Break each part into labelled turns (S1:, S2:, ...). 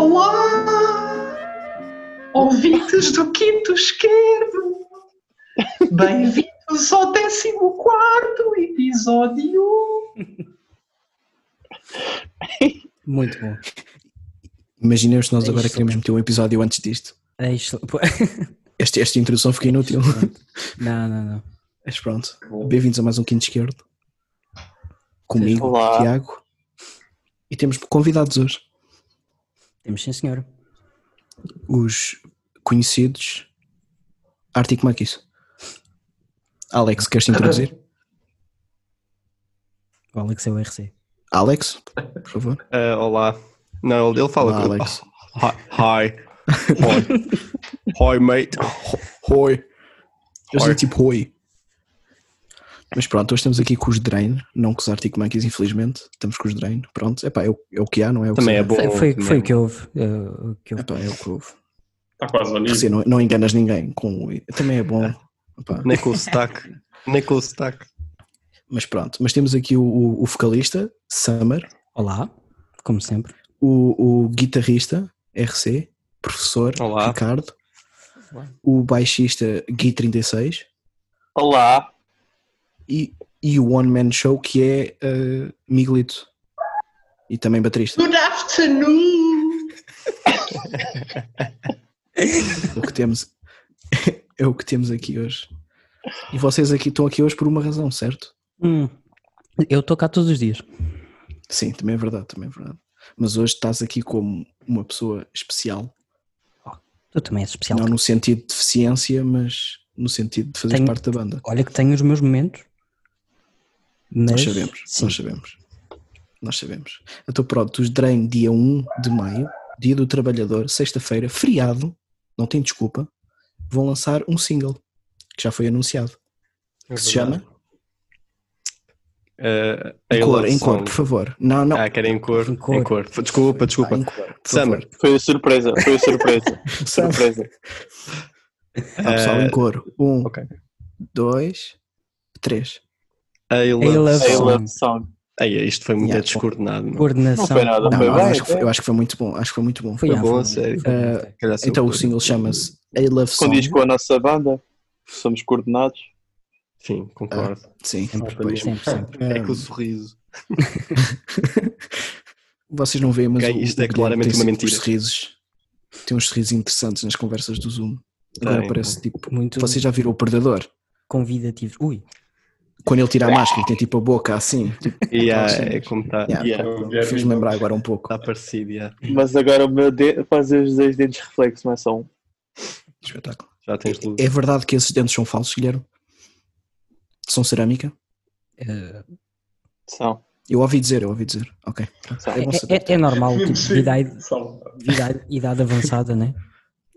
S1: Olá, ouvintes do Quinto Esquerdo, bem-vindos ao 14 episódio.
S2: Muito bom.
S3: Imaginemos se nós
S4: É
S3: agora
S2: Excelente.
S3: queremos meter um episódio antes disto.
S2: É excel- Pô,
S3: Este, esta introdução fica inútil.
S2: pronto. Não, não, não.
S3: Mas pronto. Bem-vindos a mais um Quinto Esquerdo. Comigo,
S4: Olá.
S3: Tiago. E temos convidados hoje.
S2: Temos sim, senhor.
S3: Os conhecidos Arctic Monkeys. Alex, queres te introduzir?
S2: O Alex é o RC.
S3: Alex, por favor.
S4: Ah, olá. Não, ele fala.
S3: Olá, Alex.
S4: Ah, hi. Hi. hi, mate.
S3: Oi. Eu sei
S4: Oi.
S3: tipo oi. Mas pronto, hoje estamos aqui com os Drain, não com os Arctic Monkeys, infelizmente. Estamos com os Drain, pronto. Epá, é o, é o que há, não é o que
S4: Também
S3: se
S4: é
S3: dá.
S4: bom.
S2: Foi, foi,
S4: também.
S2: foi o que houve. eh, o que houve.
S3: Epá, é o que houve.
S1: Está quase
S3: Quer dizer, não, não enganas ninguém com o- Também é bom. Opa,
S4: Nem com o sotaque. Nem com o sotaque.
S3: Mas pronto, mas temos aqui o, o- o vocalista, Summer,
S2: Olá, como sempre.
S3: o, o guitarrista, RC, professor,
S4: Olá.
S3: Ricardo,
S4: Olá.
S3: o baixista Gui 36
S4: Olá.
S3: e, e o One Man Show que é eh, Miguelito e também baterista.
S1: Good afternoon.
S3: É o que temos, é o que temos aqui hoje. E vocês aqui estão aqui hoje por uma razão, certo?
S2: Hum, eu estou cá todos os dias.
S3: Sim, também é verdade, também é verdade. Mas hoje estás aqui como uma pessoa especial.
S2: Tu também és especial.
S3: Não no sentido de deficiência, mas no sentido de fazer
S2: Tenho-
S3: parte da banda.
S2: Olha que tenho os meus momentos. Mas,
S3: Nós sabemos,
S2: Sim,
S3: nós sabemos. Nós sabemos. Então pronto, os Drain dia 1 de maio, dia do trabalhador, sexta-feira, feriado, não tem desculpa, vão lançar um single, que já foi anunciado, que se chama
S4: Eh,
S3: em cor, em cor, por favor. Não, não.
S4: Ah, querem em cor.
S2: Em
S4: Em
S2: cor.
S4: cor. Desculpa, desculpa.
S3: Ah, em cor, por
S4: Summer.
S3: favor.
S5: Foi a surpresa, foi a surpresa,
S3: Summer.
S5: surpresa.
S3: Ah, pessoal, em cor. Um,
S4: ok.
S3: dois, três.
S4: I love.
S2: I love-
S5: I
S2: Song.
S5: love song.
S4: Ei, é, isto foi muito
S3: Yeah.
S4: descoordenado. mano.
S2: coordenação.
S5: Não foi nada,
S3: Não,
S5: foi
S3: não,
S5: bem.
S3: acho, que foi, eu acho que foi muito bom. Acho que foi muito bom.
S2: Foi,
S4: Foi
S2: ah,
S4: bom,
S2: foi-
S4: a sério.
S2: foi-
S3: Ah,
S2: foi.
S4: Calhar sou
S3: Então o
S4: eu.
S3: single chama-se I Love
S5: Condiz
S3: Song.
S5: com a nossa banda, somos coordenados.
S4: Sim, concordo.
S3: Sim,
S2: Sempre,
S3: pois.
S2: sempre, sempre.
S4: É que o
S3: Ah,
S4: sorriso.
S3: Vocês não veem, mas
S4: Quem-
S3: o-
S4: isto
S3: o
S4: é
S3: Guilherme
S4: claramente
S3: tem
S4: uma
S3: sempre uns
S4: mentira.
S3: sorrisos, tem uns sorrisos interessantes nas conversas do Zoom. Agora
S4: Tem.
S3: parece tipo.
S2: Muito
S3: Vocês já viram o Predador?
S2: convidativos. Ui,
S3: Quando ele tira a máscara e tem tipo a boca assim. Tipo,
S4: E ah,
S3: sim.
S4: é como está.
S3: Yeah.
S5: Yeah.
S3: Fez-me lembrar agora um pouco.
S4: Está parecido, yeah.
S5: Mas agora o meu dedo faz os dois dentes reflexo, não é só um.
S3: Espetáculo.
S4: já tens luz.
S3: É verdade que esses dentes são falsos, Guilherme? São cerâmica?
S2: eh,
S5: São.
S3: Eu ouvi dizer, eu ouvi dizer. Ok.
S5: São.
S3: É bom
S2: é,
S3: saber.
S2: é- é normal, tipo, vida, id-
S1: São-
S2: vida, idade avançada, né?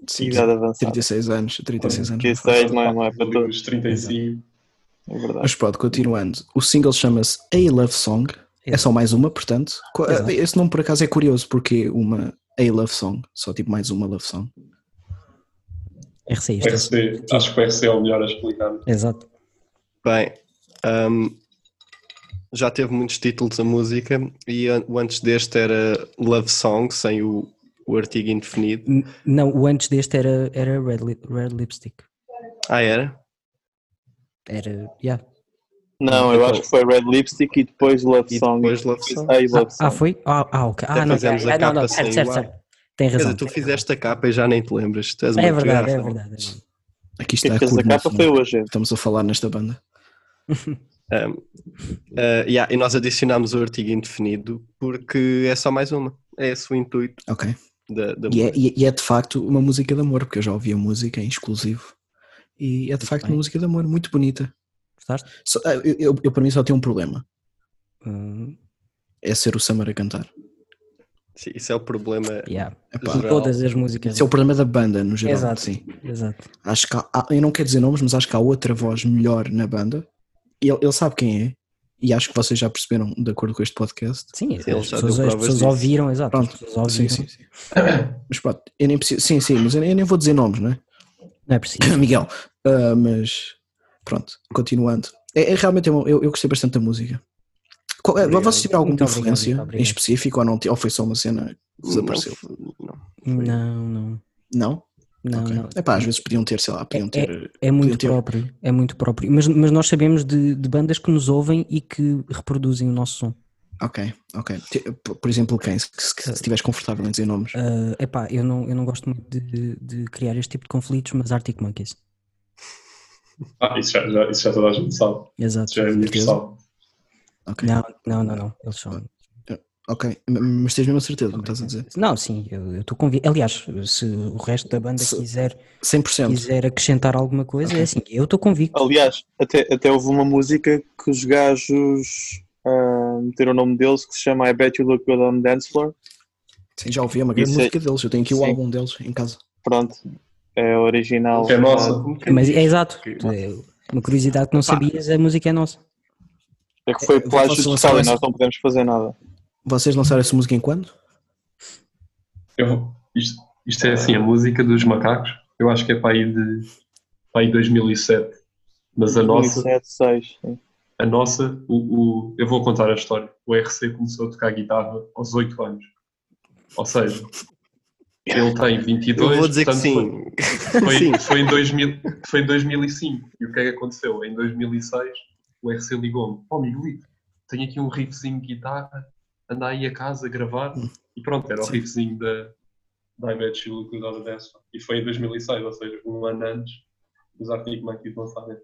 S3: Sim,
S5: Idade avançada.
S3: 36 anos, 36 anos.
S5: 16 não é, não é para todos,
S1: Os 35.
S5: é verdade.
S3: Mas pronto, continuando. O single chama-se A Love Song. É só mais uma, portanto. Co-
S2: Exato.
S3: Esse nome por acaso é curioso, porque uma A Love Song, só tipo mais uma Love Song.
S2: RC,
S1: O
S2: isto. é
S1: RC, acho que o RC é o melhor a explicar.
S2: Exato.
S4: Bem, hum, já teve muitos títulos a música e an- o antes deste era Love Song, sem o, o artigo indefinido.
S2: N- Não, o antes deste era, era red, Lip- red Lipstick.
S4: Ah, era?
S2: Era, yeah.
S5: Não, eu acho que foi Red Lipstick e depois Love
S4: E
S5: Song.
S4: depois Love Song.
S5: I Love
S2: Ah,
S5: Song.
S2: foi? Ah, ah, ok. Ah,
S4: Até
S2: não,
S4: fazemos
S2: ah,
S4: a
S2: não,
S4: capa
S2: não,
S4: sem
S2: certo, certo,
S4: igual.
S2: certo. Tem
S4: Quer
S2: razão.
S4: dizer, tu
S2: tem
S4: fizeste a capa e já nem te lembras. Tu és
S2: razão. É
S4: muito
S2: verdade, é
S4: garrafa.
S2: verdade. é verdade.
S3: Aqui
S5: Quem
S3: está
S5: é fez
S3: a cor do
S5: a capa
S3: nosso
S5: foi
S3: nome.
S5: o agente.
S3: Estamos a falar nesta banda.
S4: Hum, ah, yeah, e nós adicionámos o artigo indefinido porque é só mais uma. É esse o intuito
S3: Ok.
S4: da, da
S3: E é,
S4: música.
S3: e- e é de facto uma música de amor, porque eu já ouvi a música em exclusivo. E é de facto uma
S2: bem.
S3: música de amor muito bonita.
S2: Gostaste?
S3: Só- ah, eu, eu- eu, para mim só tenho um problema.
S2: Hum,
S3: É ser o Summer a cantar.
S4: Sim, Isso é o problema.
S2: yeah.
S3: Epá,
S2: Com
S4: Geral.
S2: todas as músicas.
S3: esse é o problema da banda, no geral.
S2: Exato.
S3: Sim.
S2: Exato.
S3: Acho que há- há- eu não quero dizer nomes, mas acho que há outra voz melhor na banda. Ele, ele sabe quem é e acho que vocês já perceberam, de acordo com este podcast.
S2: Sim,
S4: Ele
S2: as
S4: já
S2: pessoas,
S4: deu
S2: as
S4: provas
S2: pessoas
S4: disso.
S2: ouviram, exato.
S3: Pronto,
S2: As pessoas ouviram.
S3: Sim, sim, sim. Mas pronto, eu nem preciso. Sim, sim, mas eu nem, eu nem vou dizer nomes, não é?
S2: Não é preciso.
S3: Miguel. Ah, mas pronto, continuando. É, é realmente eu, eu, eu gostei bastante da música. Qual, é,
S4: Obrigado.
S3: vocês tiveram alguma
S2: Muito obrigado,
S3: influência
S2: muito obrigado.
S3: em específico ou, não, ti- ou foi só uma cena que desapareceu?
S4: Não, não.
S2: Não, não.
S3: Não?
S2: Não,
S3: Ok.
S2: não.
S3: Epá, às vezes podiam ter, sei lá, podiam ter.
S2: É muito
S3: ter-
S2: próprio, é muito próprio. Mas, mas nós sabemos de, de bandas que nos ouvem e que reproduzem o nosso som.
S3: Ok, ok. Ti- Por por exemplo, quem? Se, se, se estiveres confortável em dizer nomes.
S2: Ah, epá, eu não, eu não gosto muito de- de, de criar este tipo de conflitos, mas Arctic Monkeys.
S1: Ah, isso já, já, isso já toda a gente sabe.
S2: Exato.
S1: Isso já é universal.
S3: Ok,
S2: Não, não, não, não. Eles são.
S3: ok. M- Mas tens mesmo a certeza do que estás a dizer?
S2: Não, sim, eu estou convidado. Aliás, se o resto da banda
S3: Se-
S2: quiser,
S3: 100%.
S2: quiser acrescentar alguma coisa, é assim, eu estou convicto.
S5: Aliás, até, até houve uma música que os gajos ah, meteram o nome deles que se chama I Bet You Look Good on the Dance Floor.
S3: Sim, já ouvi, é uma grande
S5: Isso é-
S3: música deles. Eu tenho aqui o
S5: Sim.
S3: álbum deles em casa.
S5: Pronto, é original.
S1: É nossa.
S5: ah,
S2: Mas é exato.
S4: Ok.
S2: É Uma curiosidade que não sabias, a música é nossa.
S5: É que foi
S3: Eu
S5: plágio
S3: posso
S5: total
S3: lançar
S5: e
S3: essa-
S5: nós não podemos fazer nada.
S3: Vocês lançaram essa música em quando?
S1: Eu, isto, isto é assim, a música dos macacos, eu acho que é para aí de para aí 2007. Mas a nossa,
S5: 2007, 2006, sim.
S1: a nossa o, o- eu vou contar a história. O RC começou a tocar guitarra aos 8 anos. Ou seja, ele tem 22.
S4: Eu vou dizer que
S1: portanto, foi-
S4: sim.
S1: Foi,
S4: Sim.
S1: foi, em 2000, foi em 2005. E o que é que aconteceu? Em 2006, o RC ligou-me: Ó, Miguelito, tenho aqui um riffzinho de guitarra, anda aí a casa a gravar. E pronto, era o
S3: Sim.
S1: riffzinho da da I Bet You Look Good on the Dance Floor. E foi em 2006, ou seja, um ano antes dos Arctic Monkeys lançarem.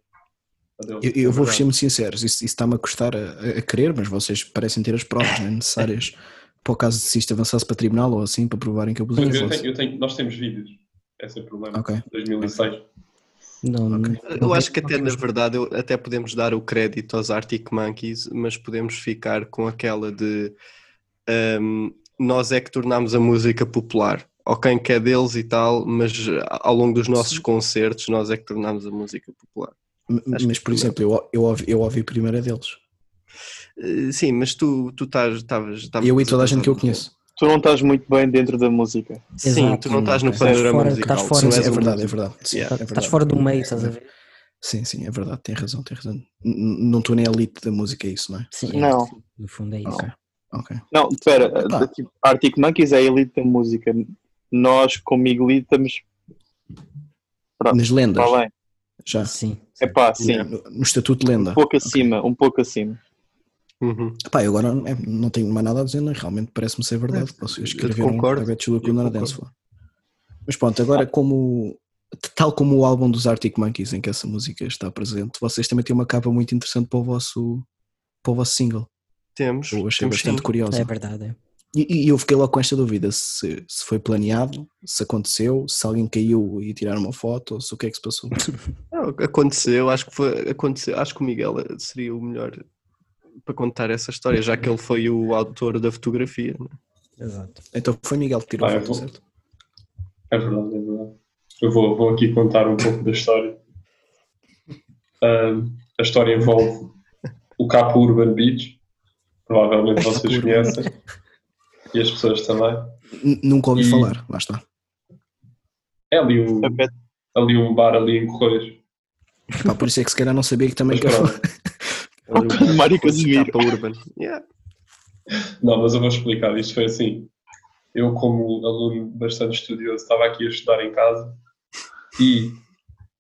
S1: Adeus.
S3: Eu, eu vou
S1: Obrigado.
S3: ser muito sincero, isso, isso está-me a custar a, a querer, mas vocês parecem ter as provas né, necessárias para o caso de se isto avançasse para tribunal ou assim, para provarem que eu
S1: Eu,
S3: pusei
S1: eu
S3: fosse.
S1: tenho, eu tenho- nós temos vídeos. Esse é o problema.
S3: Ok.
S1: 2006.
S2: Não,
S3: Ok. é
S2: não-
S4: Eu
S2: não-
S4: acho que
S2: não
S4: até, na
S2: temos-
S4: verdade, eu- até podemos dar o crédito aos Arctic Monkeys, mas podemos ficar com aquela de hum, nós é que tornámos a música popular. Ok, que é deles e tal, mas ao longo dos nossos concertos nós é que tornámos a música popular.
S3: M-
S4: acho
S3: Mas,
S4: que
S3: por
S4: não.
S3: exemplo, eu, eu, ouvi, eu ouvi a primeira deles.
S4: Eh, Sim, mas tu tu estás... estavas- estavas-
S3: Eu e toda a gente que eu conheço.
S5: Tu não estás muito bem dentro da música.
S4: Sim,
S2: Exato.
S4: tu não estás no
S3: Estás
S4: panorama
S2: fora-
S4: musical.
S2: estás fora.
S4: tu
S3: Sim,
S4: não
S3: sim,
S4: és
S3: é
S4: um
S3: verdade, é
S4: músico.
S3: verdade. É. Sim,
S4: Yeah.
S3: é
S2: tá, Estás
S3: verdade.
S2: fora do meio, estás a ver?
S3: Sim, sim, é verdade, tem razão, tem razão. N- Não estou na elite da música, é isso, não é?
S2: Sim,
S5: Não.
S2: No fundo é isso.
S3: Ok, ok.
S5: Não, espera,
S3: Epá.
S5: tipo, Arctic Monkeys é a elite da música. Nós, com Miguelito, estamos Pronto,
S3: Nas lendas,
S5: para além.
S3: já.
S2: Sim.
S5: É pá, sim,
S3: No, no estatuto de lenda.
S5: um pouco acima, um pouco acima.
S3: é
S4: Uhum.
S3: Pá, eu agora é, não tenho mais nada a dizer, não é? realmente parece-me ser verdade. um Vocês escreveram
S4: É, concordo,
S3: I Bet You Look Good
S4: eu
S3: on a
S4: concordo. Ah.
S3: Dance Floor. Mas pronto, agora como tal como o álbum dos Arctic Monkeys em que essa música está presente, vocês também têm uma capa muito interessante para o vosso para o vosso single.
S4: Temos.
S3: Eu achei
S4: temos
S3: bastante
S4: sim.
S3: curiosa.
S2: É verdade. é.
S3: E, e eu fiquei logo com esta dúvida se, se foi planeado, se aconteceu, se alguém caiu e tiraram uma foto, ou se o que é que se passou.
S4: Não, aconteceu, acho que foi, aconteceu, acho que o Miguel seria o melhor para contar essa história, já que ele foi o autor da fotografia. né?
S2: Exato.
S3: Então foi Miguel que tirou a
S1: Ah, eu
S3: foto,
S1: vou-
S3: certo?
S1: É verdade, é verdade. Eu vou, vou aqui contar um pouco da história. Ahm, a história envolve o Capo Urban Beach, provavelmente vocês
S3: Urban.
S1: conhecem, e as pessoas também.
S3: N- Nunca ouvi
S1: E-
S3: falar, lá está.
S1: É ali um,
S5: A Bet-
S1: ali um bar ali em Correios.
S3: Pá, por isso é que se calhar não sabia que também
S1: Mas
S3: que era-
S1: pronto,
S4: Ele- é
S5: Mário
S4: ele-
S5: Casimiro.
S4: Capa Urban. Yeah.
S1: não, mas eu vou explicar. Isto foi assim. Eu, como aluno bastante estudioso, estava aqui a estudar em casa e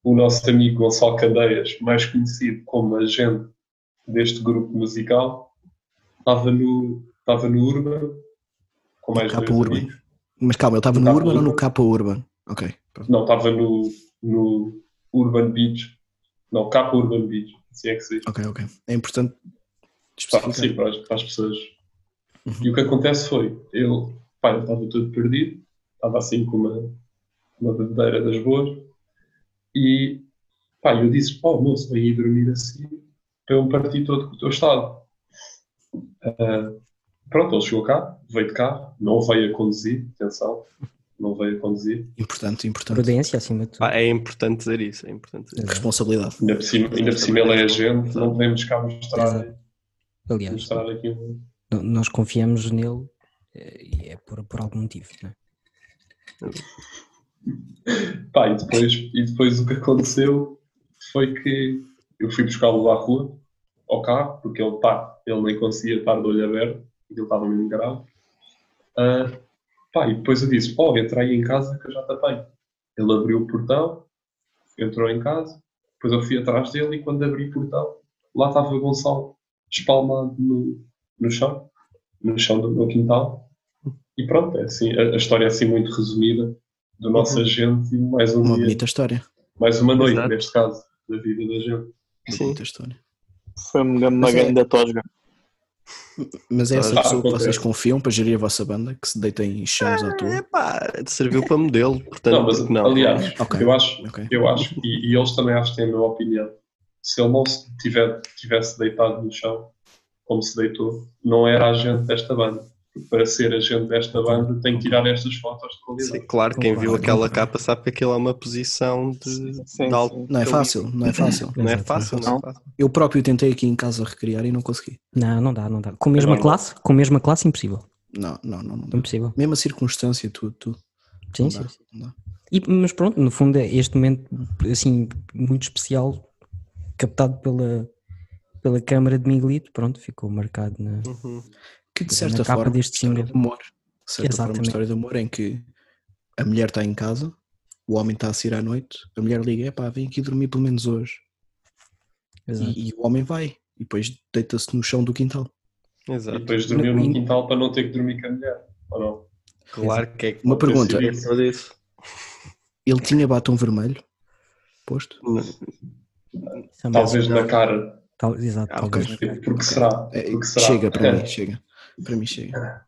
S1: o nosso amigo Gonçalo Candeias, mais conhecido como agente deste grupo musical, estava no, estava no Urban, com mais
S3: Capa
S1: dois
S3: Urban.
S1: amigos.
S3: Mas calma, ele estava
S1: No
S3: no
S1: Capa
S3: Urban ou no
S1: Urban.
S3: Capa Urban? Ok. pronto.
S1: Não, estava no, no Urban Beach. Não, Capa Urban Beach, assim é que se diz.
S3: Ok, ok. É importante
S1: Pá,
S3: especificar.
S1: Tá, sim, para as, para as pessoas. E o que acontece foi, eu, pá, eu estava todo perdido, estava assim com uma, uma bebedeira das boas, e pá, eu disse, pô, moço, vem aí dormir assim, para eu me partir todo com o teu estado. Ah, pronto, ele chegou cá, veio de carro, não veio a conduzir, atenção, não veio a conduzir,
S3: Importante, importante.
S2: Prudência acima de tudo.
S4: Pá, é importante dizer isso, é importante dizer.
S2: Exato.
S3: Responsabilidade.
S1: ainda por cima, ainda por cima ele é agente, não podemos cá mostrar
S2: Exato. Aliás,
S1: mostrar aqui um.
S2: no- nós confiamos nele eh, e é por, por algum motivo, não é?
S1: Pá, e depois, e depois o que aconteceu foi que eu fui buscá-lo à rua, ao carro, porque ele, tá, ele nem conseguia estar de olho aberto, e ele estava mesmo grave. Ah, pá, e depois eu disse, ó, entra aí em casa que eu já te apanho. Ele abriu o portão, entrou em casa, depois eu fui atrás dele e quando abri o portão, lá estava o Gonçalo, espalmado no, no chão, no chão do meu quintal. E pronto, é assim, a, a história é assim muito resumida do nosso agente e mais um
S3: Uma
S1: dia.
S3: bonita história.
S1: Mais uma noite,
S4: Exato.
S1: neste caso, da vida da gente.
S3: Uma
S4: Sim.
S3: bonita história.
S5: Foi uma
S3: Mas
S5: grande
S3: é-
S5: grande tosga.
S3: Mas é essa
S1: Ah,
S3: pessoa que
S1: acontece.
S3: vocês confiam para gerir a vossa banda, que se deita em chãos à
S1: É,
S3: toa.
S4: Epá, Ah, serviu para modelo, portanto,
S1: não, mas
S4: porque não.
S1: aliás,
S3: Ok.
S1: eu acho,
S3: Ok.
S1: eu acho e, e eles também acho que têm a mesma opinião. Se ele não se tiver, tivesse deitado no chão, como se deitou, não era agente desta banda. Porque Para ser agente desta banda, tem que tirar estas fotos de
S4: Sim,
S1: qualidade.
S4: claro, quem viu
S3: Concordo,
S4: aquela
S3: concordo.
S4: capa sabe que aquilo é uma posição de.
S5: Sim,
S4: de alto-
S5: sim.
S3: Não é
S4: Eu-
S3: fácil, não é fácil.
S4: Não é
S2: Exato,
S4: fácil, não é fácil.
S3: Eu próprio tentei aqui em casa recriar e não consegui.
S2: Não, não dá, não dá. Com a mesma
S1: normal.
S2: classe, com a mesma classe, impossível.
S3: Não, não, não. não.
S2: Impossível.
S3: Mesma circunstância, tudo, tudo.
S2: Sim,
S3: Não
S2: sim.
S3: dá, não dá.
S2: E- mas pronto, no fundo é este momento assim muito especial captado pela pela câmara de Miguelito, pronto, ficou marcado na
S4: Uhum.
S3: Que de
S2: é Na
S3: certa
S2: capa
S3: forma,
S2: deste
S3: história
S2: single.
S3: de amor. De certa forma, uma
S2: Exatamente.
S3: história de amor em que a mulher está em casa, o homem está a sair à noite, a mulher liga, é pá, vem aqui dormir pelo menos hoje.
S2: Exato.
S3: E, e o homem vai, e depois deita-se no chão do quintal.
S1: E
S4: Exato.
S1: depois dormiu no
S2: Não-
S1: quintal para não ter que dormir com a mulher. Ou não?
S4: Claro que é que
S3: Uma
S1: Pode ter
S3: pergunta.
S1: sido isso.
S4: pensou disso.
S3: Ele tinha batom vermelho posto.
S2: Também-
S1: Talvez na cara. tipo,
S2: tal- exato,
S4: Ah,
S2: talvez.
S3: ok.
S1: Porque será?
S3: É,
S1: Porque será?
S3: chega para mim, chega. Para mim chega.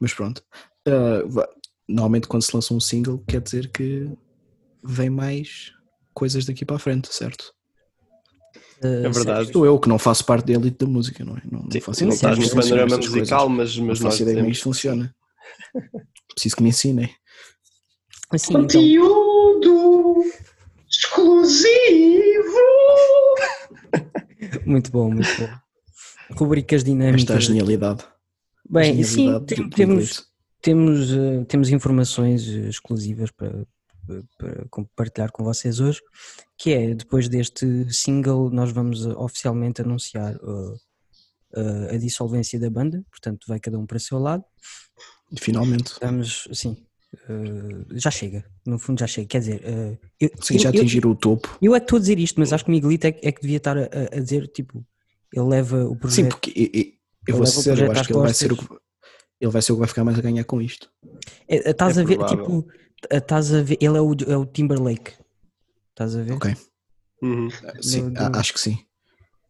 S3: Mas pronto. Ah, va- normalmente quando se lança um single quer dizer que vem mais coisas daqui para a frente, certo?
S2: Eh,
S4: É verdade.
S3: Sou eu que não faço parte da elite da música, não é? Não, não
S4: Sim,
S3: faço
S4: não
S3: ideia
S4: estás
S3: como
S4: no
S3: isto funciona,
S4: panorama
S3: estas coisas.
S4: musical, mas,
S3: Não
S4: mas nós
S3: faço ideia como é
S4: dizemos.
S3: isto funciona. Preciso que me ensinem.
S2: É Assim, então,
S1: Conteúdo exclusivo!
S2: muito bom, muito bom. Rubricas
S3: Esta é a tipo,
S2: dinâmicas.
S3: genialidade. A
S2: Bem, sim,
S3: genialidade
S2: tem-
S3: do
S2: temos,
S3: Complete.
S2: temos, eh, temos informações eh, exclusivas para, para compartilhar com vocês hoje, que é depois deste single nós vamos eh, oficialmente anunciar eh, eh, a dissolvência da banda, portanto vai cada um para o seu lado.
S3: Finalmente.
S2: Estamos, sim, eh, já chega, no fundo já chega, quer dizer, eh, eu,
S3: Sim, já
S2: eu- eu-
S3: atingiram o topo.
S2: Eu é que estou a dizer isto, mas acho que o Miguelito é, que- é que devia estar a, a- a dizer, tipo, ele leva o projeto.
S3: Sim, porque e- e- eu,
S2: Ele
S3: vou
S2: leva o
S3: ser, eu
S2: projeto
S3: acho
S2: às
S3: que ele vai
S2: costas.
S3: ser o que ele vai ser o que vai ficar mais a ganhar com isto.
S2: É, é, estás
S4: É
S2: a ver,
S4: provável.
S2: tipo, é, estás a ver, ele é o, é o Timberlake. Estás a ver?
S3: Ok.
S4: Uhum.
S2: Ah,
S3: Sim,
S2: do-
S3: a- acho que sim.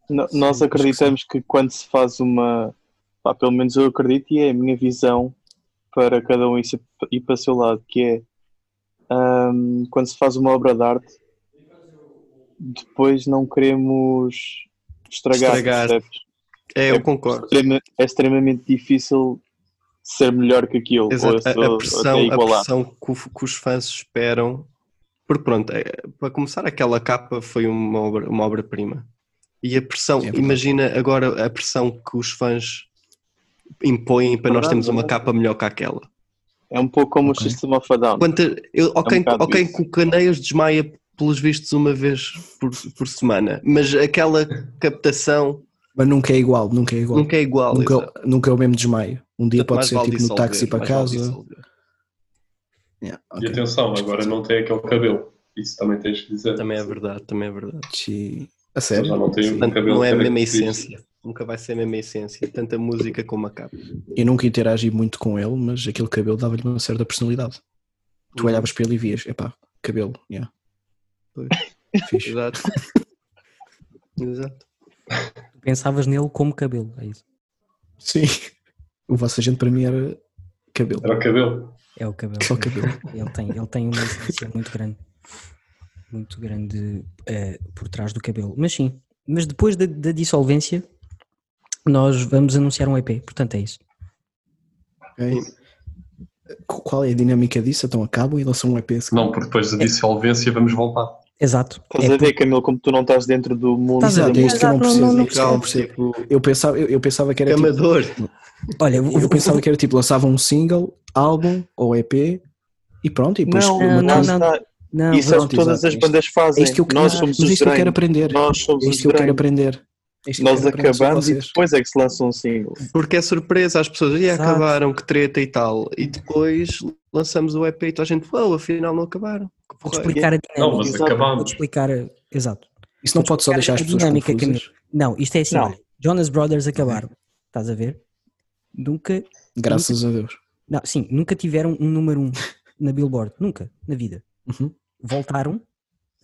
S5: No- Nós acreditamos que quando se faz uma. pá, pelo menos eu acredito e é a minha visão para cada um ir, se- ir para o seu lado, que é ahm, quando se faz uma obra de arte, depois não queremos estragar.
S4: Estragar.
S5: percebes?
S4: É, eu concordo.
S5: Extrema- é extremamente difícil ser melhor que aquilo.
S4: Exato,
S5: ou-
S4: a, a
S5: ou-
S4: pressão,
S5: até
S4: a
S5: igualar.
S4: pressão que, o- que os fãs esperam. Porque pronto, é, para começar, aquela capa foi uma obra- uma obra-prima. e a pressão,
S3: É verdade.
S4: imagina agora a pressão que os fãs impõem para nós
S5: Verdade,
S4: termos uma
S5: verdade.
S4: capa melhor que aquela.
S5: É um pouco como
S3: Ok.
S5: o System of a Down.
S4: Quanto, eu, ou,
S5: um
S4: quem,
S5: bocado
S4: ou quem
S5: isso.
S4: com o Caneias desmaia pelos vistos uma vez por, por semana, mas aquela captação
S3: Mas nunca é igual, nunca é igual.
S4: nunca é igual.
S3: Nunca,
S4: exato.
S3: nunca é o mesmo desmaio. Um dia
S4: Portanto,
S3: pode
S4: mais
S3: ser
S4: vale
S3: tipo no
S4: dissolver,
S3: táxi para
S4: mais vale
S3: casa.
S4: dissolver.
S3: Yeah,
S1: E
S3: ok.
S1: atenção, agora não tem aquele cabelo. Isso também tens que dizer.
S4: Também é verdade, também é verdade.
S3: Chi- A
S1: Eu
S3: sério?
S1: já não tenho
S3: Sim.
S1: um
S4: Portanto,
S1: cabelo
S4: não é a mesma
S1: característico.
S4: essência. Nunca vai ser a mesma essência, tanto a música como a capa.
S3: Eu nunca interagi muito com ele, mas aquele cabelo dava-lhe uma certa personalidade.
S5: Uhum.
S3: Tu olhavas para ele e vias, epá, cabelo, yeah. Pois, Fixe.
S4: Exato. Exato.
S2: Tu Pensavas nele como cabelo, é isso.
S3: Sim. O vosso agente para mim era cabelo.
S1: Era o cabelo.
S2: É o cabelo.
S3: Só cabelo.
S2: Ele tem, ele tem uma essência muito grande. Muito grande eh, por trás do cabelo. Mas sim, mas depois da, da dissolvência, nós vamos anunciar um EP, portanto é isso.
S3: Ok?
S5: assim.
S3: Qu- Qual é a dinâmica disso? Então acabam e lançam um EP a seguir.
S2: É.
S1: Não, porque depois da dissolvência vamos voltar.
S2: Exato. É,
S5: Estás a ver, Camilo, como tu não estás dentro do mundo.
S3: Estás a
S5: da
S3: ver,
S5: música.
S3: é isto eu não
S2: Exato, não-
S3: preciso,
S2: não
S3: isto eu não
S4: percebo.
S3: percebo.
S5: tipo-
S3: Eu pensava, eu, eu pensava que era tipo,
S4: Amador.
S2: Olha, vou-
S3: eu
S2: vou-
S3: pensava que era tipo, lançavam um single, álbum ou EP e pronto, e depois
S5: Não,
S3: uma
S5: tipo, não,
S2: não,
S3: coisa-
S2: não.
S5: está.
S2: não,
S5: Isso é o que
S3: pronto,
S5: todas
S3: exato,
S5: as
S3: isto-
S5: bandas
S3: É
S5: fazem.
S3: isto que eu,
S5: Nós
S3: ah,
S5: somos
S3: mas
S5: os
S3: isto que eu quero
S5: grandes.
S3: aprender.
S5: Nós somos
S3: É
S5: os
S3: isto que eu quero
S5: grandes.
S3: aprender. É isto que eu
S5: Nós
S3: quero aprender sobre
S5: acabamos e
S3: vocês.
S5: depois é que se lança um single.
S4: Porque é surpresa, as pessoas e
S2: Exato.
S4: acabaram, que treta e tal. E depois lançamos o EP e toda a gente, uau, afinal não acabaram. Que
S2: vou-te
S4: porreiro.
S2: explicar a
S1: Não,
S2: dinâmica.
S1: mas
S5: Exato.
S2: Vou-te
S1: acabámos.
S2: explicar, a- exato.
S3: Isso não pode só
S2: explicar
S3: deixar as
S2: a
S3: pessoas
S2: dinâmica,
S3: confusas.
S2: Não, isto é assim,
S5: Não.
S2: olha, Jonas Brothers acabaram, estás a ver? Nunca,
S3: Graças a Deus.
S2: não, sim, nunca tiveram um número um na Billboard, nunca, na vida.
S3: Uhum,
S2: Voltaram,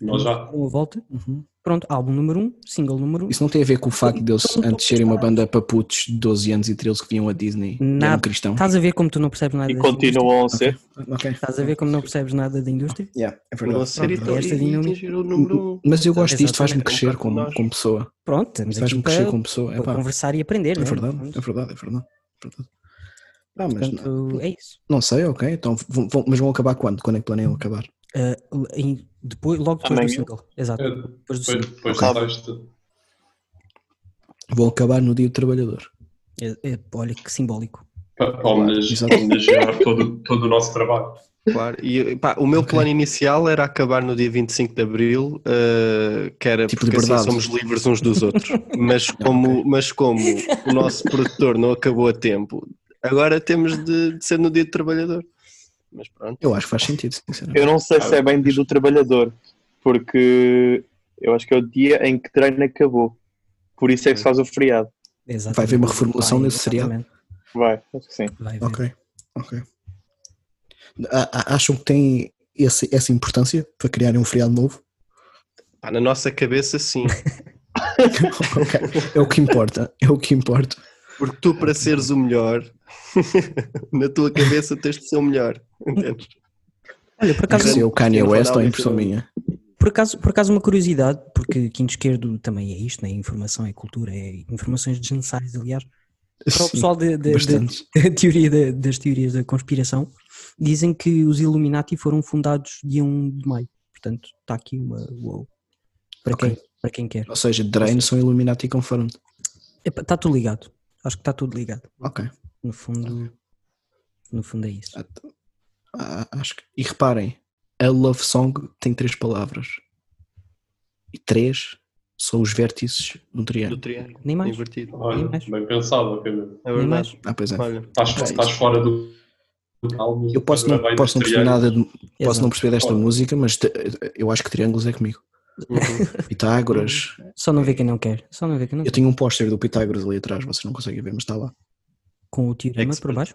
S1: Nós já.
S2: deram a volta,
S3: uhum.
S2: pronto, álbum número um, single número um,
S3: Isso não tem a ver com o facto de eles
S2: Então,
S3: antes serem uma banda para putos de 12 anos e 13 que vinham a Disney e eram
S2: Nada.
S3: cristãos.
S2: estás a ver como tu não percebes nada
S5: E
S2: desta indústria?
S5: continuam a ser.
S3: Ah, é Ok.
S2: Estás a ver como não percebes nada da indústria?
S3: Yeah, é
S4: Não
S3: verdade.
S4: ser e
S2: Pronto,
S4: tal,
S2: esta
S4: e- e
S2: dinâmica-
S4: atingir o número um.
S3: Mas eu gosto disto,
S2: Exatamente,
S3: faz-me
S4: é um
S3: crescer
S4: bocado como
S3: como,
S4: nós.
S3: como pessoa.
S2: Pronto, estamos aqui
S3: Faz-me
S2: para,
S3: crescer como pessoa.
S2: para
S3: Epá,
S2: conversar e aprender,
S3: é
S2: né?
S3: verdade,
S2: Pronto.
S3: é verdade, é verdade. é verdade. Ah, mas não,
S2: Portanto, é isso.
S3: não sei, ok. Então, vão- vão- mas vão acabar quando? Quando é que planeiam acabar?
S2: Ah, em- depois, logo depois
S5: Amanhã.
S2: do single, exato,
S1: Depois,
S2: depois do single.
S1: é, depois
S5: Ok.
S1: desta-
S3: Vão acabar no Dia do Trabalhador.
S2: É- é- olha que simbólico.
S1: para, para homenage-
S3: exato.
S1: homenagear todo, todo o nosso trabalho.
S4: Claro. E, pá, o meu
S3: Ok.
S4: plano inicial era acabar no dia 25 de Abril, eh, que era
S3: Tipo
S4: porque assim
S3: liberdade.
S4: somos livres uns dos outros. Mas como, mas como o nosso produtor não acabou a tempo, agora temos de, de ser no dia do trabalhador. Mas pronto.
S3: Eu acho que faz sentido, sinceramente.
S5: Eu não sei se é bem dia do trabalhador, porque eu acho que é o dia em que o treino acabou. Por isso é que se faz o feriado.
S2: Exatamente.
S3: Vai haver uma reformulação
S2: Vai,
S3: nesse seriado?
S2: exatamente.
S5: Vai, acho que sim.
S2: Vai haver.
S3: Ok, ok. A- a- acham que tem esse- essa importância para criarem um feriado novo?
S4: Pá, na nossa cabeça, sim.
S3: Ok, É o que importa, é o que importa.
S4: Porque tu, para seres o melhor, na tua cabeça tens de ser o melhor. Entendes?
S2: Olha, por acaso,
S3: Isso é o Kanye
S4: Cristiano
S3: West ou a
S4: Ronaldo
S3: impressão
S4: entrou.
S3: minha?
S2: por, acaso, por acaso, uma curiosidade, porque Quinto Esquerdo também é isto, né? Informação é cultura, é informações desnecessárias, aliás. Para o
S3: Sim,
S2: pessoal de- de- de-
S3: Bastante.
S2: da teoria da- das teorias da conspiração, dizem que os Illuminati foram fundados dia 1 de maio. Portanto, está aqui uma uou. Para,
S3: Ok.
S2: quem, para quem quer.
S3: Ou seja, Drain são Illuminati conforme.
S2: Epá, Está tudo ligado. Acho que está tudo ligado.
S3: Ok.
S2: No fundo, no fundo é isso.
S3: Ah, acho que- E reparem, a love song tem três palavras. E três são os vértices do
S4: Do
S3: triângulo.
S4: triângulo.
S2: Nem mais.
S4: Invertido.
S1: Olha,
S2: Sim, mas-
S1: bem pensado, ok, meu.
S4: Ah, É
S2: Nem mais.
S4: verdade.
S3: Ah, pois é.
S4: Olha,
S1: Estás,
S3: Sim.
S1: estás fora do. do calmo,
S3: Eu posso não,
S1: agora vai
S3: posso não perceber
S1: estrear.
S3: nada, de- posso
S2: Exato.
S3: não perceber desta
S1: Olha.
S3: música, mas te- eu acho que triângulos é comigo.
S4: uhum.
S3: Pitágoras.
S2: Só não vê quem não quer. Só não vê quem não quer.
S3: Eu tenho um póster do Pitágoras ali atrás, vocês não conseguem ver, mas está lá.
S2: Com o teorema
S4: Expert.
S2: por baixo.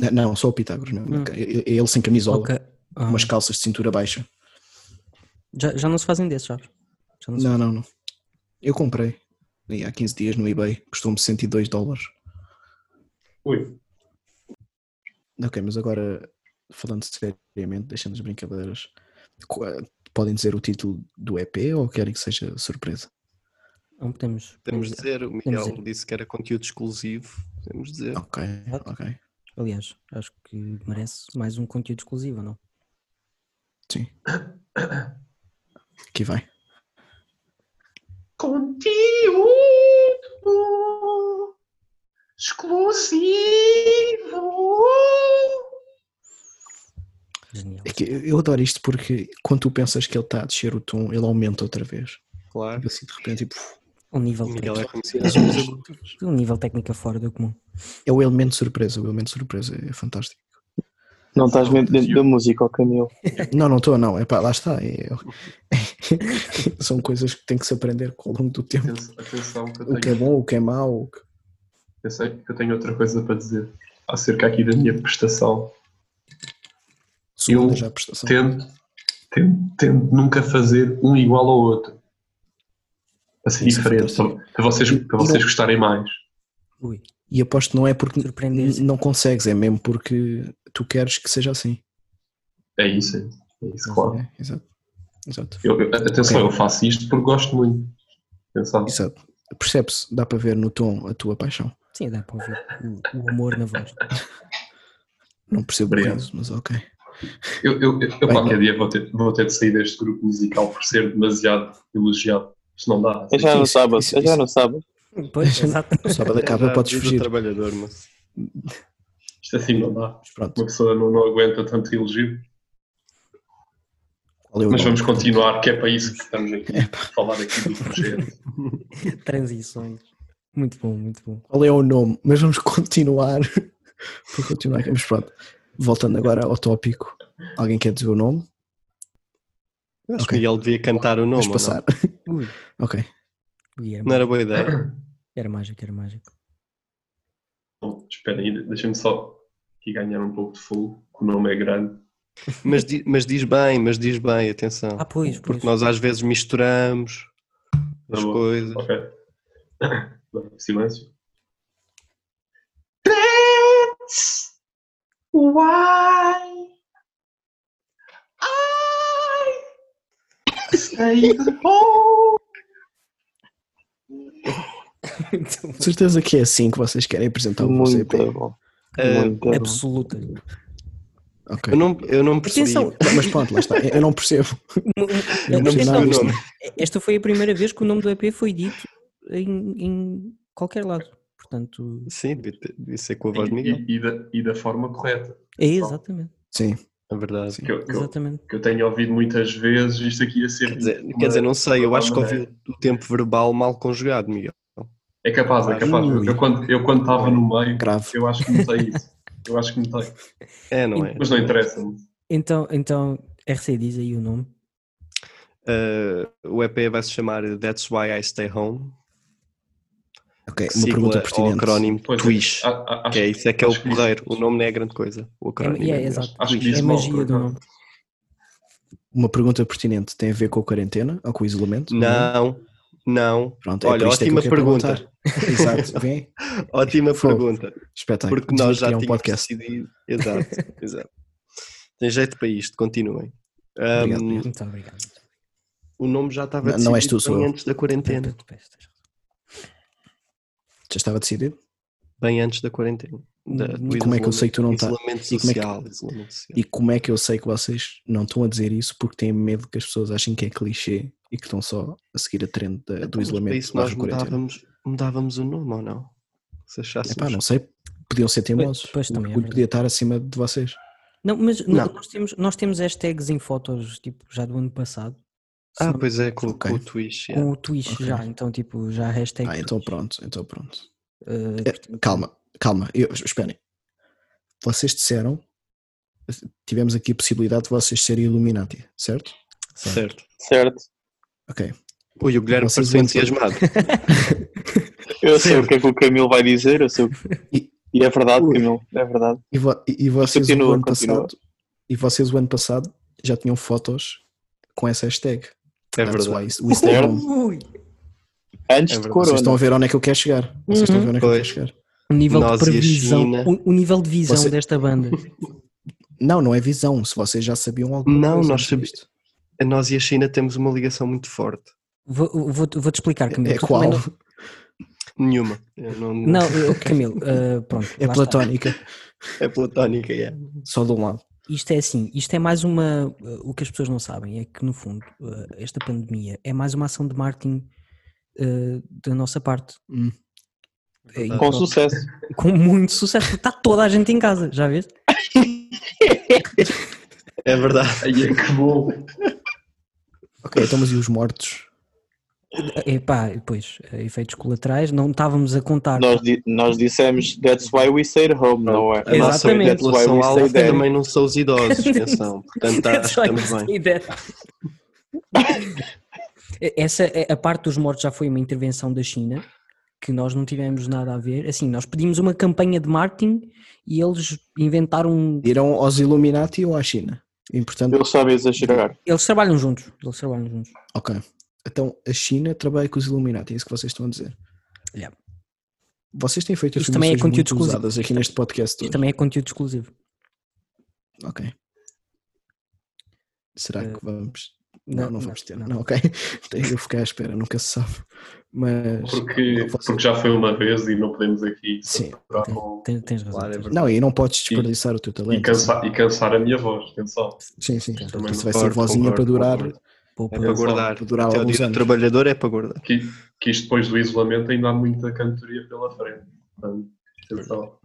S3: Eh, Não, só o Pitágoras mesmo.
S2: Hum.
S3: É- é Ele sem camisola,
S2: Ok. Ah,
S3: umas calças de cintura baixa.
S2: já, já não se fazem desses, sabes? Já não se-
S3: Não, não, não. Eu comprei e há 15 dias no eBay, custou-me 102 dólares.
S1: Ui,
S3: Ok, mas agora, falando seriamente, deixando as brincadeiras, qu- eh, podem dizer o título do EP ou querem que seja surpresa?
S2: Não podemos. podemos
S4: Podemos dizer, o
S2: Podemos
S4: Miguel disse que era conteúdo exclusivo. Podemos dizer.
S3: Ok, ok.
S2: Aliás, acho que merece mais um conteúdo exclusivo, não?
S3: Sim. Aqui vai.
S6: Conteúdo exclusivo.
S2: Genial.
S3: É que eu eu adoro isto porque quando tu pensas que ele está a descer o tom, ele aumenta outra vez.
S4: Claro.
S3: Eu sinto de repente, tipo,
S2: Um nível,
S4: O Miguel é
S2: técnico-
S4: conhecido.
S2: um nível técnico fora do comum.
S3: é o elemento de surpresa, o elemento de surpresa é fantástico.
S5: Não estás dentro, dentro da música, ó Camilo.
S3: Não, não estou, não, é pá, lá está. é- é- São coisas que tem que se aprender ao longo do tempo.
S1: atenção, atenção que eu
S3: O que é
S1: tenho-
S3: bom, o que é mau, o que...
S1: eu sei que eu tenho outra coisa para dizer acerca aqui da minha prestação.
S3: Segunda
S1: Eu
S3: já a prestação.
S1: tento, tento, tento nunca fazer um igual ao outro. Para ser
S3: Isso é
S1: diferente,
S3: fantástico.
S1: para, para vocês, para vocês
S3: Não.
S1: gostarem mais.
S2: Ui,
S3: E aposto que não é porque
S2: surpreendente.
S3: não consegues, é mesmo porque tu queres que seja assim.
S1: É isso, é é isso, claro.
S3: É, exato. Exato.
S1: Eu, eu- atenção,
S3: Ok.
S1: eu faço isto porque gosto muito. Atenção.
S3: Exato. Percebe-se, dá para ver no tom a tua paixão.
S2: Sim, dá para ouvir o, o amor na voz.
S3: Não percebo o
S1: Obrigado.
S3: caso, mas ok.
S1: Eu, eu, eu, eu
S3: Vai,
S1: qualquer dia vou ter, vou ter de sair deste grupo musical por ser demasiado elogiado. Isto não dá.
S5: É já no
S3: Isso,
S5: sábado,
S3: isso,
S5: é já
S3: isso.
S5: no sábado.
S2: Pois, exato.
S3: No sábado acaba,
S4: É, Já,
S3: Tá podes
S4: vida
S3: fugir.
S4: trabalhador, mas...
S1: Isto assim não dá.
S3: Mas pronto,
S1: Uma pessoa não, não aguenta tanto elogio.
S3: qual é o
S1: Mas
S3: nome?
S1: vamos continuar, que é para isso que estamos aqui.
S3: Epá.
S1: Falar aqui do projeto.
S2: Transições. Muito bom, muito bom.
S3: Qual é o nome? Mas vamos continuar. Vou continuar aqui, mas pronto. Voltando agora ao tópico. Alguém quer dizer o nome?
S4: Eu Acho
S3: Ok.
S4: que ele devia cantar o nome.
S3: Vamos
S4: ou
S3: passar.
S2: Ui,
S3: Ok.
S2: ui, era,
S4: Não? não era boa ideia.
S2: era mágico, era mágico.
S1: Bom, Então, espera aí, deixa-me só aqui ganhar um pouco de fogo, que o nome é grande.
S4: Mas, di- mas diz bem, mas diz bem, atenção.
S2: Ah, pois, pois.
S4: Porque nós às vezes misturamos
S1: Tá
S4: as
S1: bom.
S4: coisas.
S1: Ok. Bem, Silêncio.
S6: That's why I stayed home.
S2: Muito bom.
S3: Com certeza que é assim que vocês querem apresentar o vosso
S5: Muito
S3: EP.
S5: bom.
S4: Ah,
S5: Muito
S3: é
S5: bom.
S2: Absoluta.
S3: Ok.
S4: eu, não, eu não percebi.
S2: Atenção,
S3: Mas pronto, lá está. Eu não percebo.
S4: Eu
S3: Não
S4: não
S3: percebo
S4: percebi
S3: nada
S4: o
S3: disto.
S4: nome.
S2: é, esta foi a primeira vez que o nome do EP foi dito em, em qualquer lado. Portanto,
S4: Sim, devia, ter- devia ser com a voz de
S1: E,
S4: Miguel.
S1: e- e da, e da forma correta.
S2: é exatamente.
S3: Sim.
S4: Na é verdade.
S1: Que eu, que, eu,
S2: Exatamente.
S1: que eu tenho ouvido muitas vezes, isto aqui ia ser.
S4: Quer dizer,
S1: uma-
S4: quer dizer, não sei, eu
S1: uma
S4: acho que ouvi
S1: maneira.
S4: o o tempo verbal mal conjugado, Miguel.
S1: É capaz, é capaz. Eu,
S3: Ui.
S1: eu quando, eu quando estava no meio,
S3: Grave.
S1: eu acho que notei isso. Eu acho que notei.
S4: É, não é?
S1: Mas não interessa-me.
S2: Então, então, RC, diz aí o nome.
S4: Ah, o EP vai se chamar That's Why I Stay Home.
S3: Ok, É uma pergunta
S4: Sigla ou
S3: pertinente.
S4: acrónimo
S1: Pois é.
S4: Twish.
S1: A- a-
S4: que é isso, é que é
S1: acho
S4: o
S1: que-
S4: correiro. O nome não é grande coisa. O acrónimo.
S2: É, é,
S4: melhor.
S2: exato.
S1: Acho que
S4: Twish.
S1: diz
S2: É a
S1: mal,
S2: magia
S1: por
S2: do
S1: acaso.
S2: nome.
S3: Uma pergunta pertinente tem a ver com a quarentena ou com o isolamento?
S4: Não, não.
S3: Pronto, é
S4: Olha,
S3: por isto é que
S4: ótima
S3: eu quero
S4: pergunta.
S3: perguntar. Exato, vem.
S4: Ótima
S3: Por favor.
S4: pergunta.
S3: Espetáculo.
S4: Porque nós já
S3: é um
S4: tínhamos
S3: podcast.
S4: decidido. Exato, exato. Tem jeito para isto, continuem. Ahm,
S3: Obrigado, Miguel.
S2: Muito obrigado.
S4: o nome já estava
S3: Não-
S4: decidido
S3: não és tu, sou
S4: bem
S3: eu.
S4: antes da quarentena.
S3: Já estava decidido?
S4: Bem antes da quarentena. Da- do
S3: E como é que eu sei que tu não estás?
S4: Isolamento
S3: E como é que-
S4: social. isolamento social.
S3: E como é que eu sei que vocês não estão a dizer isso porque têm medo que as pessoas achem que é clichê e que estão só a seguir a trend da- do
S4: Então, Mas para
S3: isolamento
S4: isso
S3: barra
S4: nós
S3: quarentena?
S4: mudávamos, mudávamos o nome ou não? Se achássemos.
S3: Epá, não sei, podiam ser teimosos.
S2: Pois, pois
S3: o
S2: também é
S3: orgulho
S2: verdade.
S3: podia estar acima de vocês.
S2: Não, mas n-
S4: Não.
S2: Nós, temos, nós temos hashtags em fotos tipo, já do ano passado. Se
S4: Ah,
S2: não-
S4: pois é, com,
S3: Ok.
S4: com o Twitch. yeah.
S2: Com o Twitch
S3: Ok.
S2: já, então tipo, já hashtag.
S3: Ah, então pronto, então pronto.
S2: eh,
S3: É, calma, calma, eu, esperem. Vocês disseram, tivemos aqui a possibilidade de vocês serem Illuminati, certo?
S4: Certo.
S5: Certo.
S3: Ok.
S4: Ui, o Guilherme
S3: Vocês
S4: pareceu
S3: vão-
S4: entusiasmado.
S5: Eu sei
S4: Certo.
S5: o que é que o Camilo vai dizer, eu sei o que...
S3: E-
S5: e, é verdade,
S3: Ui.
S5: Camilo, é verdade.
S3: E, vo- e- e vocês o
S5: Continua,
S3: ano
S5: continua.
S3: passado e vocês o ano passado já tinham fotos com essa hashtag.
S4: É
S3: That's
S4: verdade.
S3: why we stay
S5: Certo.
S3: home.
S2: Ui,
S5: Antes
S4: É verdade.
S5: de
S3: Vocês
S5: Corona.
S3: estão a ver onde é que eu quero chegar. Vocês estão a ver onde é que eu quero
S4: Pois.
S3: chegar.
S2: o nível
S4: Nós e
S2: de
S4: a
S2: previsão,
S4: China.
S2: o, o nível de visão
S3: Você-
S2: desta banda.
S3: Não, não é visão. Se vocês já sabiam alguma
S4: Não,
S3: coisa.
S4: nós
S3: antes
S4: sabíamos.
S3: disto.
S4: Nós e a China temos uma ligação muito forte.
S2: Vou- Vou-te vou-te explicar, Camilo.
S3: É
S2: tu
S3: qual?
S2: também não-
S4: Nenhuma. Eu não,
S2: Não, eh, Camilo, eh, pronto.
S3: É
S2: lá está.
S3: platónica.
S4: É platónica, é.
S3: Só de um lado.
S2: Isto é assim, isto é mais uma. eh, O que as pessoas não sabem é que, no fundo, eh, esta pandemia é mais uma ação de marketing eh, da nossa parte.
S3: Hum.
S2: Eh, e
S4: Com
S5: Com
S2: pronto,
S5: sucesso.
S2: com muito sucesso, porque está toda a gente em casa, já vês?
S4: É verdade.
S1: Ai, é que bom.
S3: Ok, então mas e os mortos?
S2: Epá, pois, eh, efeitos colaterais, não estávamos a contar.
S5: Nós, di- nós dissemos that's why we stay home, não é?
S4: A nossa
S2: Exatamente.
S4: população
S3: é
S4: alta
S5: that.
S4: também não são os idosos, atenção. Portanto, tá,
S2: É
S4: acho que estamos bem.
S2: Essa, é- a parte dos mortos já foi uma intervenção da China, que nós não tivemos nada a ver. Assim, nós pedimos uma campanha de marketing e eles inventaram. um,
S3: Irão aos Illuminati ou à China? Importante.
S5: Eles sabem exagerar.
S2: Eles trabalham juntos. Eles trabalham juntos.
S3: Ok. Então a China trabalha com os Illuminati, é isso que vocês estão a dizer.
S2: Yeah.
S3: Vocês têm feito
S2: Isto também é
S3: afirmações
S2: conteúdo
S3: muito
S2: exclusivo.
S3: usadas aqui neste podcast.
S2: Isto
S3: todo.
S2: também é conteúdo exclusivo.
S3: Ok. Será
S2: Eh,
S3: que vamos Não, não vamos ter, não, ok. Tenho que ficar à espera, nunca se sabe. Mas.
S1: Porque,
S3: não posso-
S1: porque já foi uma vez e não podemos aqui
S3: Sim,
S1: saturar
S2: Tem-
S1: com-
S2: tem- tens razão.
S4: Claro, é
S2: tens
S4: verdade.
S3: Não, e não podes desperdiçar o teu
S1: e,
S3: talento.
S1: cansar, e cansar a minha voz, atenção.
S3: Sim, sim.
S2: Também
S3: Porque Isso vai
S4: concordo,
S3: ser vozinha
S4: concordo,
S3: para durar.
S4: concordo.
S2: razão. Poupa-
S4: É para
S1: Atenção,
S4: guardar.
S3: para durar
S4: Até o
S3: alguns
S4: dia do
S3: anos.
S4: trabalhador é para guardar.
S1: Que, que isto depois do isolamento ainda há muita cantoria pela frente. Portanto, atenção.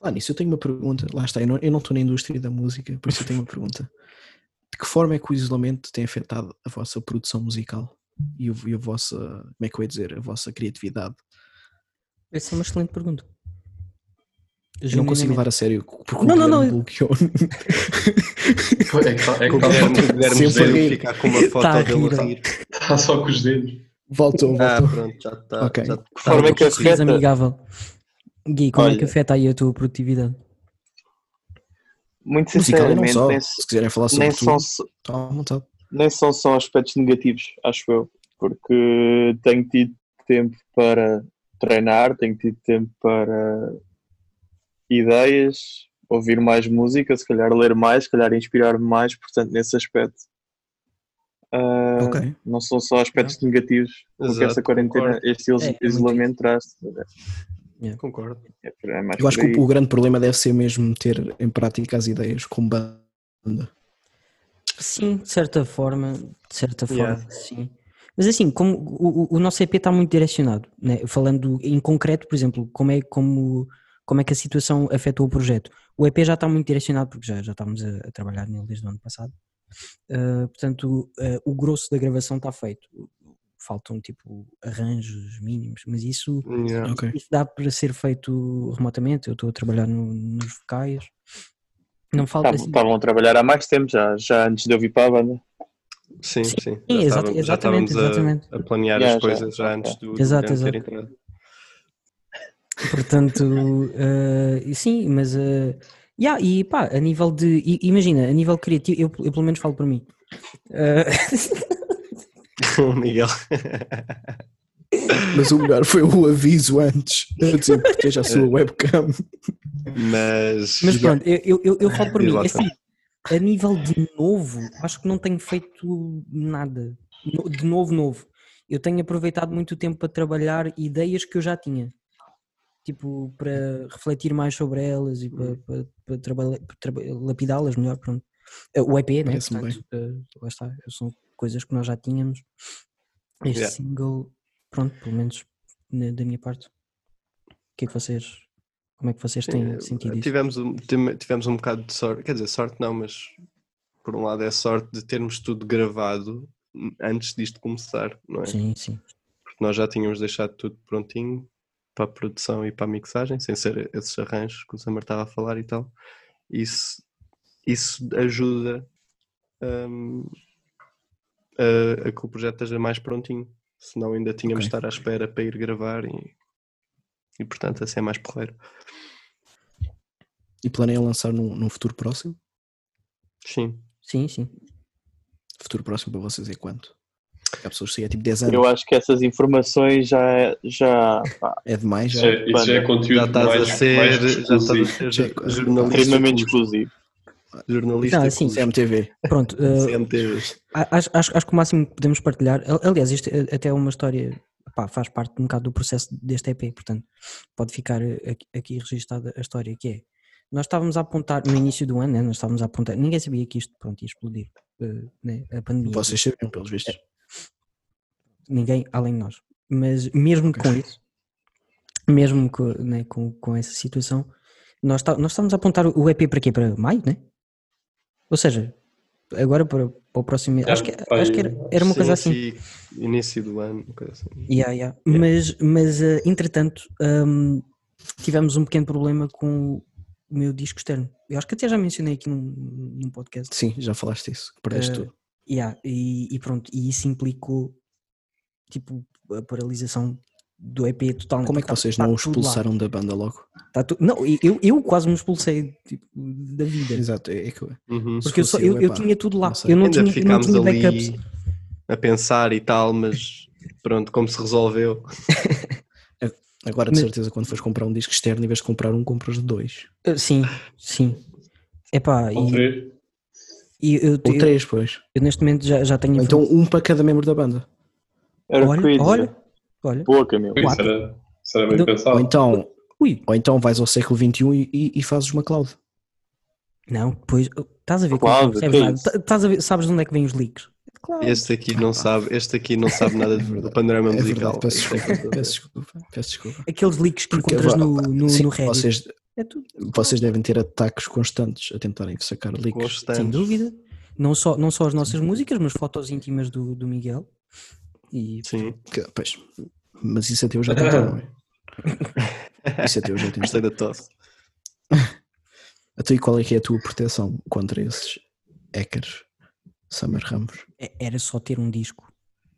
S3: Falar nisso, eu tenho uma pergunta. Lá está, eu não eu não estou na indústria da música, por isso eu tenho uma pergunta. De que forma é que o isolamento tem afetado a vossa produção musical e, o- e a vossa, como é que eu ia dizer, a vossa criatividade?
S2: Essa é uma excelente pergunta.
S3: Eu não consigo levar a sério porque o
S2: Não, não, não,
S3: Guilherme bloqueou.
S1: É que está é que
S4: Com o
S1: tá só,
S4: Guilherme, o Guilherme
S3: Sempre
S4: Esteves
S3: a rir.
S4: ficar com uma foto
S2: Tá a
S4: dele a
S2: rir.
S4: rir.
S1: tá só com os dedos.
S3: Voltou, voltou.
S4: Ah, pronto, já está.
S3: Ok.
S4: Já tá
S5: Que forma é que
S2: Uma sorriso
S5: afeta?
S2: amigável. Gui, como é que
S5: Olha.
S2: afeta aí a tua produtividade?
S5: Muito
S3: Musical e não
S5: sinceramente,
S3: só.
S5: nem,
S3: Se quiserem falar sobre
S5: nem
S3: tudo,
S5: são,
S3: estão à vontade.
S5: nem são só aspectos negativos, acho eu, porque tenho tido tempo para treinar, tenho tido tempo para ideias, ouvir mais música, se calhar ler mais, se calhar inspirar-me mais, portanto, nesse aspecto. ah,
S3: Ok.
S5: Não são só aspectos negativos o que
S4: Exato,
S5: essa quarentena,
S4: concordo.
S5: este is-
S2: É, é muito
S5: isolamento traz.
S4: Concordo.
S5: É, é mais
S3: Eu acho
S5: por aí.
S3: que o, o grande problema deve ser mesmo meter em prática as ideias com banda.
S2: Sim, de certa forma, de certa
S4: Yeah.
S2: forma, sim. Mas assim, como o, o- o nosso EP está muito direcionado, né? falando em concreto, por exemplo, como é, como, como é que a situação afetou o projeto. O EP já está muito direcionado, porque já, já estávamos a, a trabalhar nele desde o ano passado. Ah, portanto, ah, o grosso da gravação está feito. Faltam, tipo, arranjos mínimos, mas isso
S4: Yeah.
S3: Ok.
S2: isso dá para ser feito remotamente. Eu estou a trabalhar no- nos vocais. Não falta
S5: Estavam
S2: assim.
S5: estavam a tá trabalhar há mais tempo, já, já antes de eu vir para a banda.
S4: Sim, sim.
S2: Sim,
S4: já
S2: exata-
S4: estávamos- já
S2: exatamente,
S4: estávamos a-
S2: exatamente.
S4: A, planear
S5: Yeah,
S4: as
S5: já,
S4: coisas já,
S5: ok.
S4: antes do, do
S2: Exato,
S4: Guilherme ter
S2: exato.
S4: entrado.
S2: Portanto, eh, e sim, mas. eh, yeah, e pá, a nível de. i- Imagina, a nível criativo, eu, eu pelo menos falo por mim. Eh,
S4: O Miguel.
S3: Mas o melhor foi o aviso antes. Eu dizer, proteja a sua webcam.
S4: Mas,
S2: mas pronto, eu, eu, eu, eu falo por mim.
S4: Diz lá,
S2: Assim, a nível de novo, acho que não tenho feito nada. No- De novo, novo. Eu tenho aproveitado muito tempo para trabalhar ideias que eu já tinha. Tipo, para refletir mais sobre elas e
S4: Uhum.
S2: para, para, para, trabalhar- para traba- lapidá-las melhor, pronto. Eh, O EP, né?
S3: Parece-me
S2: Portanto, eh, lá está. São coisas que nós já tínhamos. Este
S4: Yeah.
S2: single, pronto, pelo menos na- da minha parte. O que é que vocês... Como é que vocês têm sentido isso?
S4: tivemos, um- tive- tivemos um bocado de sorte, quer dizer, sorte não, mas por um lado é sorte de termos tudo gravado hum, antes disto começar, não é?
S2: Sim, sim.
S4: Porque nós já tínhamos deixado tudo prontinho para a produção e para a mixagem, sem ser esses arranjos que o Samar estava a falar e tal. Isso, isso ajuda hum, a, a que o projeto esteja mais prontinho, senão ainda tínhamos de estar à espera para ir gravar e, e portanto assim é mais porreiro.
S3: E planeiam lançar num, num futuro próximo?
S4: Sim.
S2: Sim, sim.
S3: Futuro próximo para vocês é quanto? Há pessoas que sei, é tipo 10 anos.
S5: Eu acho que essas informações já, é, já pá,
S3: É demais já.
S1: Isso é, isso já é
S4: Já
S1: conteúdo
S4: estás
S1: mais,
S4: a ser,
S1: mais
S4: já estás a
S1: exclusivo.
S4: ser
S3: Checo.
S4: jornalista,
S5: extremamente
S4: cujo-
S5: exclusivo.
S4: jornalista
S2: Não, assim,
S4: cujo-
S3: CMTV.
S2: Pronto, eh,
S4: CMTV.
S2: a- acho, acho, acho que o máximo que podemos partilhar. al- Aliás, isto eh, até é uma história. pá, faz parte um bocado do processo deste EP, portanto, pode ficar eh, aqui, aqui registada a história que é. Nós estávamos a apontar no início do ano, né, nós estávamos a apontar. Ninguém sabia que isto pronto, ia explodir eh, né, a pandemia.
S3: Vocês sabiam, pelos vistos.
S2: ninguém além de nós. Mas mesmo com isso, mesmo co- né, com, com essa situação, nós, tá- nós estamos a apontar o EP para quê? Para maio, né? Ou seja, agora para, para o próximo mês.
S1: Já
S2: Acho que,
S1: vai-
S2: acho que era, era uma
S4: Sim,
S2: coisa assim.
S4: sim, Início do ano, uma coisa assim.
S2: Yeah, yeah. Mas, mas eh, entretanto, hum, tivemos um pequeno problema com o meu disco externo. Eu acho que até já mencionei aqui num, num podcast.
S3: Sim, já falaste isso. que Perdeste
S2: Eh,
S3: tudo.
S2: Yeah, e, e pronto, e isso implicou tipo a paralisação do EP totalmente.
S3: Como é que
S2: Tá-
S3: vocês
S2: tá
S3: não o
S2: tudo lá.
S3: expulsaram da banda logo?
S2: Tá tu- Não, e- eu, eu quase me expulsei tipo, da vida.
S3: Exato, é, é que eu-
S4: Uhum.
S3: Se
S2: Porque eu, só,
S3: fosse eu,
S2: eu, eu
S3: epá,
S2: tinha tudo lá.
S3: não sei.
S2: eu não
S4: Ainda
S2: tinha, eu não
S4: ficámos
S2: tinha
S4: ali
S2: backups.
S4: a pensar e tal, mas pronto, como se resolveu.
S3: Agora de
S2: Mas-
S3: certeza quando fores comprar um disco externo, em vez de comprar um, compras dois.
S2: Sim, sim. Ah, Epá,
S1: Ou
S2: e,
S1: três.
S2: E eu,
S3: Ou
S2: eu-
S3: três, pois.
S2: eu neste momento já, já tenho.
S3: Ou então um para cada membro da banda.
S5: Era né? o que eu ia
S2: olha,
S5: dizer.
S2: olha, olha.
S5: é. Boa, Camilo.
S1: Por Isso
S2: Quatro.
S1: era, isso era bem
S2: Do-
S1: pensado.
S3: Ou então,
S2: Ui,
S3: ou então vais ao século XXI e, e, e fazes uma cloud.
S2: não, pois oh, estás a ver como
S5: Claro,
S2: percebes
S5: que
S2: nada.
S5: isso.
S2: Tá- estás a ver- sabes de onde é que vêm os leaks? Claro.
S4: Este aqui não
S2: Ah,
S4: sabe, este aqui não sabe nada
S3: É
S4: do
S3: verdade.
S4: panorama
S3: É
S4: musical.
S3: verdade, peço
S4: Isto é
S3: desculpa,
S4: verdade.
S3: peço desculpa, peço desculpa.
S2: Aqueles leaks que
S3: Porque,
S2: encontras
S3: vá,
S2: no, no,
S3: Sim,
S2: no Reddit.
S3: vocês,
S2: É tudo.
S3: vocês devem ter ataques constantes a tentarem sacar leaks.
S4: Constantes.
S2: Sem dúvida. Não só, não só as nossas músicas, mas fotos íntimas do, do Miguel. E
S4: Sim,
S3: Que- pois, mas isso até eu já tenho, não é? Isso até eu já tenho.
S4: gostei da tosse.
S3: Até e qual é que é a tua proteção contra esses hackers, Summer Ramos?
S2: é- era só ter um disco.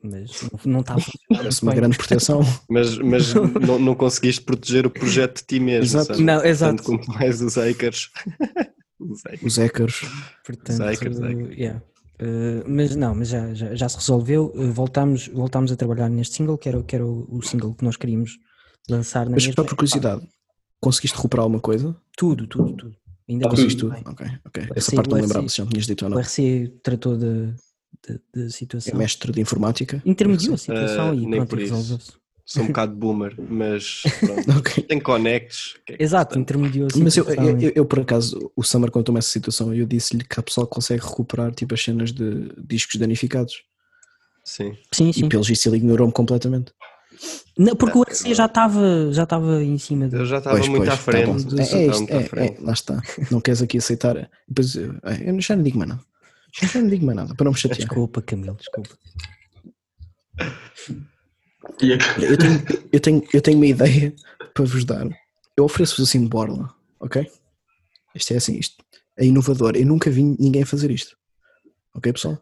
S2: Mas não- não está a funcionar.
S3: Parece
S2: muito
S3: uma
S2: bem.
S3: grande proteção.
S4: Mas, mas não, não conseguiste proteger o projeto de ti mesmo.
S3: Exato.
S4: sabes?
S2: Não, exato.
S4: Tanto quanto mais os hackers. Os hackers.
S3: Os hackers.
S2: Portanto,
S4: Zeker, zeker.
S2: yeah. Uh, mas não, mas já, já, já se resolveu. Uh, voltámos, voltámos a trabalhar neste single, que era, o- que era o, o single que nós queríamos lançar na
S3: Mas
S2: mesma.
S3: para curiosidade, conseguiste recuperar alguma coisa?
S2: Tudo, tudo, tudo. Ainda
S1: Ah,
S3: Conseguiste
S2: tudo
S3: tudo?
S2: Tá bem.
S3: Ok, ok.
S2: Vai
S3: Essa
S2: ser,
S3: parte não
S2: vai ser.
S3: lembrava, se já me tinhas dito ou
S2: O
S3: não.
S2: RC tratou da da- da
S3: É
S2: situação.
S3: mestre de informática?
S2: Intermediou a situação
S4: Eh,
S2: e
S4: nem
S2: pronto,
S4: por
S2: e
S4: isso.
S2: resolveu-se.
S4: Sou um bocado boomer, mas pronto.
S3: Ok.
S4: tem connects. que é que
S2: Exato,
S4: custa?
S2: intermediou a
S3: Mas eu,
S2: situação.
S3: eu, eu- eu, por acaso, o Summer contou-me essa situação e eu disse-lhe que a pessoa consegue recuperar tipo as cenas de discos danificados.
S4: Sim.
S2: Sim, sim.
S3: E pelos isso ele ignorou-me completamente.
S2: Não, porque o RC já estava já estava em cima
S4: Eu
S2: de.
S4: já estava
S3: Pois,
S4: muito
S3: pois,
S4: à
S3: tá
S4: frente.
S3: bom.
S4: eu
S3: é, é
S4: já estava
S3: isto,
S4: muito à
S3: é,
S4: frente.
S3: é, lá está. Não queres aqui aceitar. Depois, eu, é, eu já não digo mais nada. Já não digo mais nada, para não me chatear.
S2: Desculpa, Camilo, desculpa.
S1: E a-
S3: Eu tenho, eu, tenho, eu tenho uma ideia para vos dar. Eu ofereço-vos assim de borla, ok? Isto é assim, isto é inovador. Eu nunca vi ninguém fazer isto. Ok, pessoal?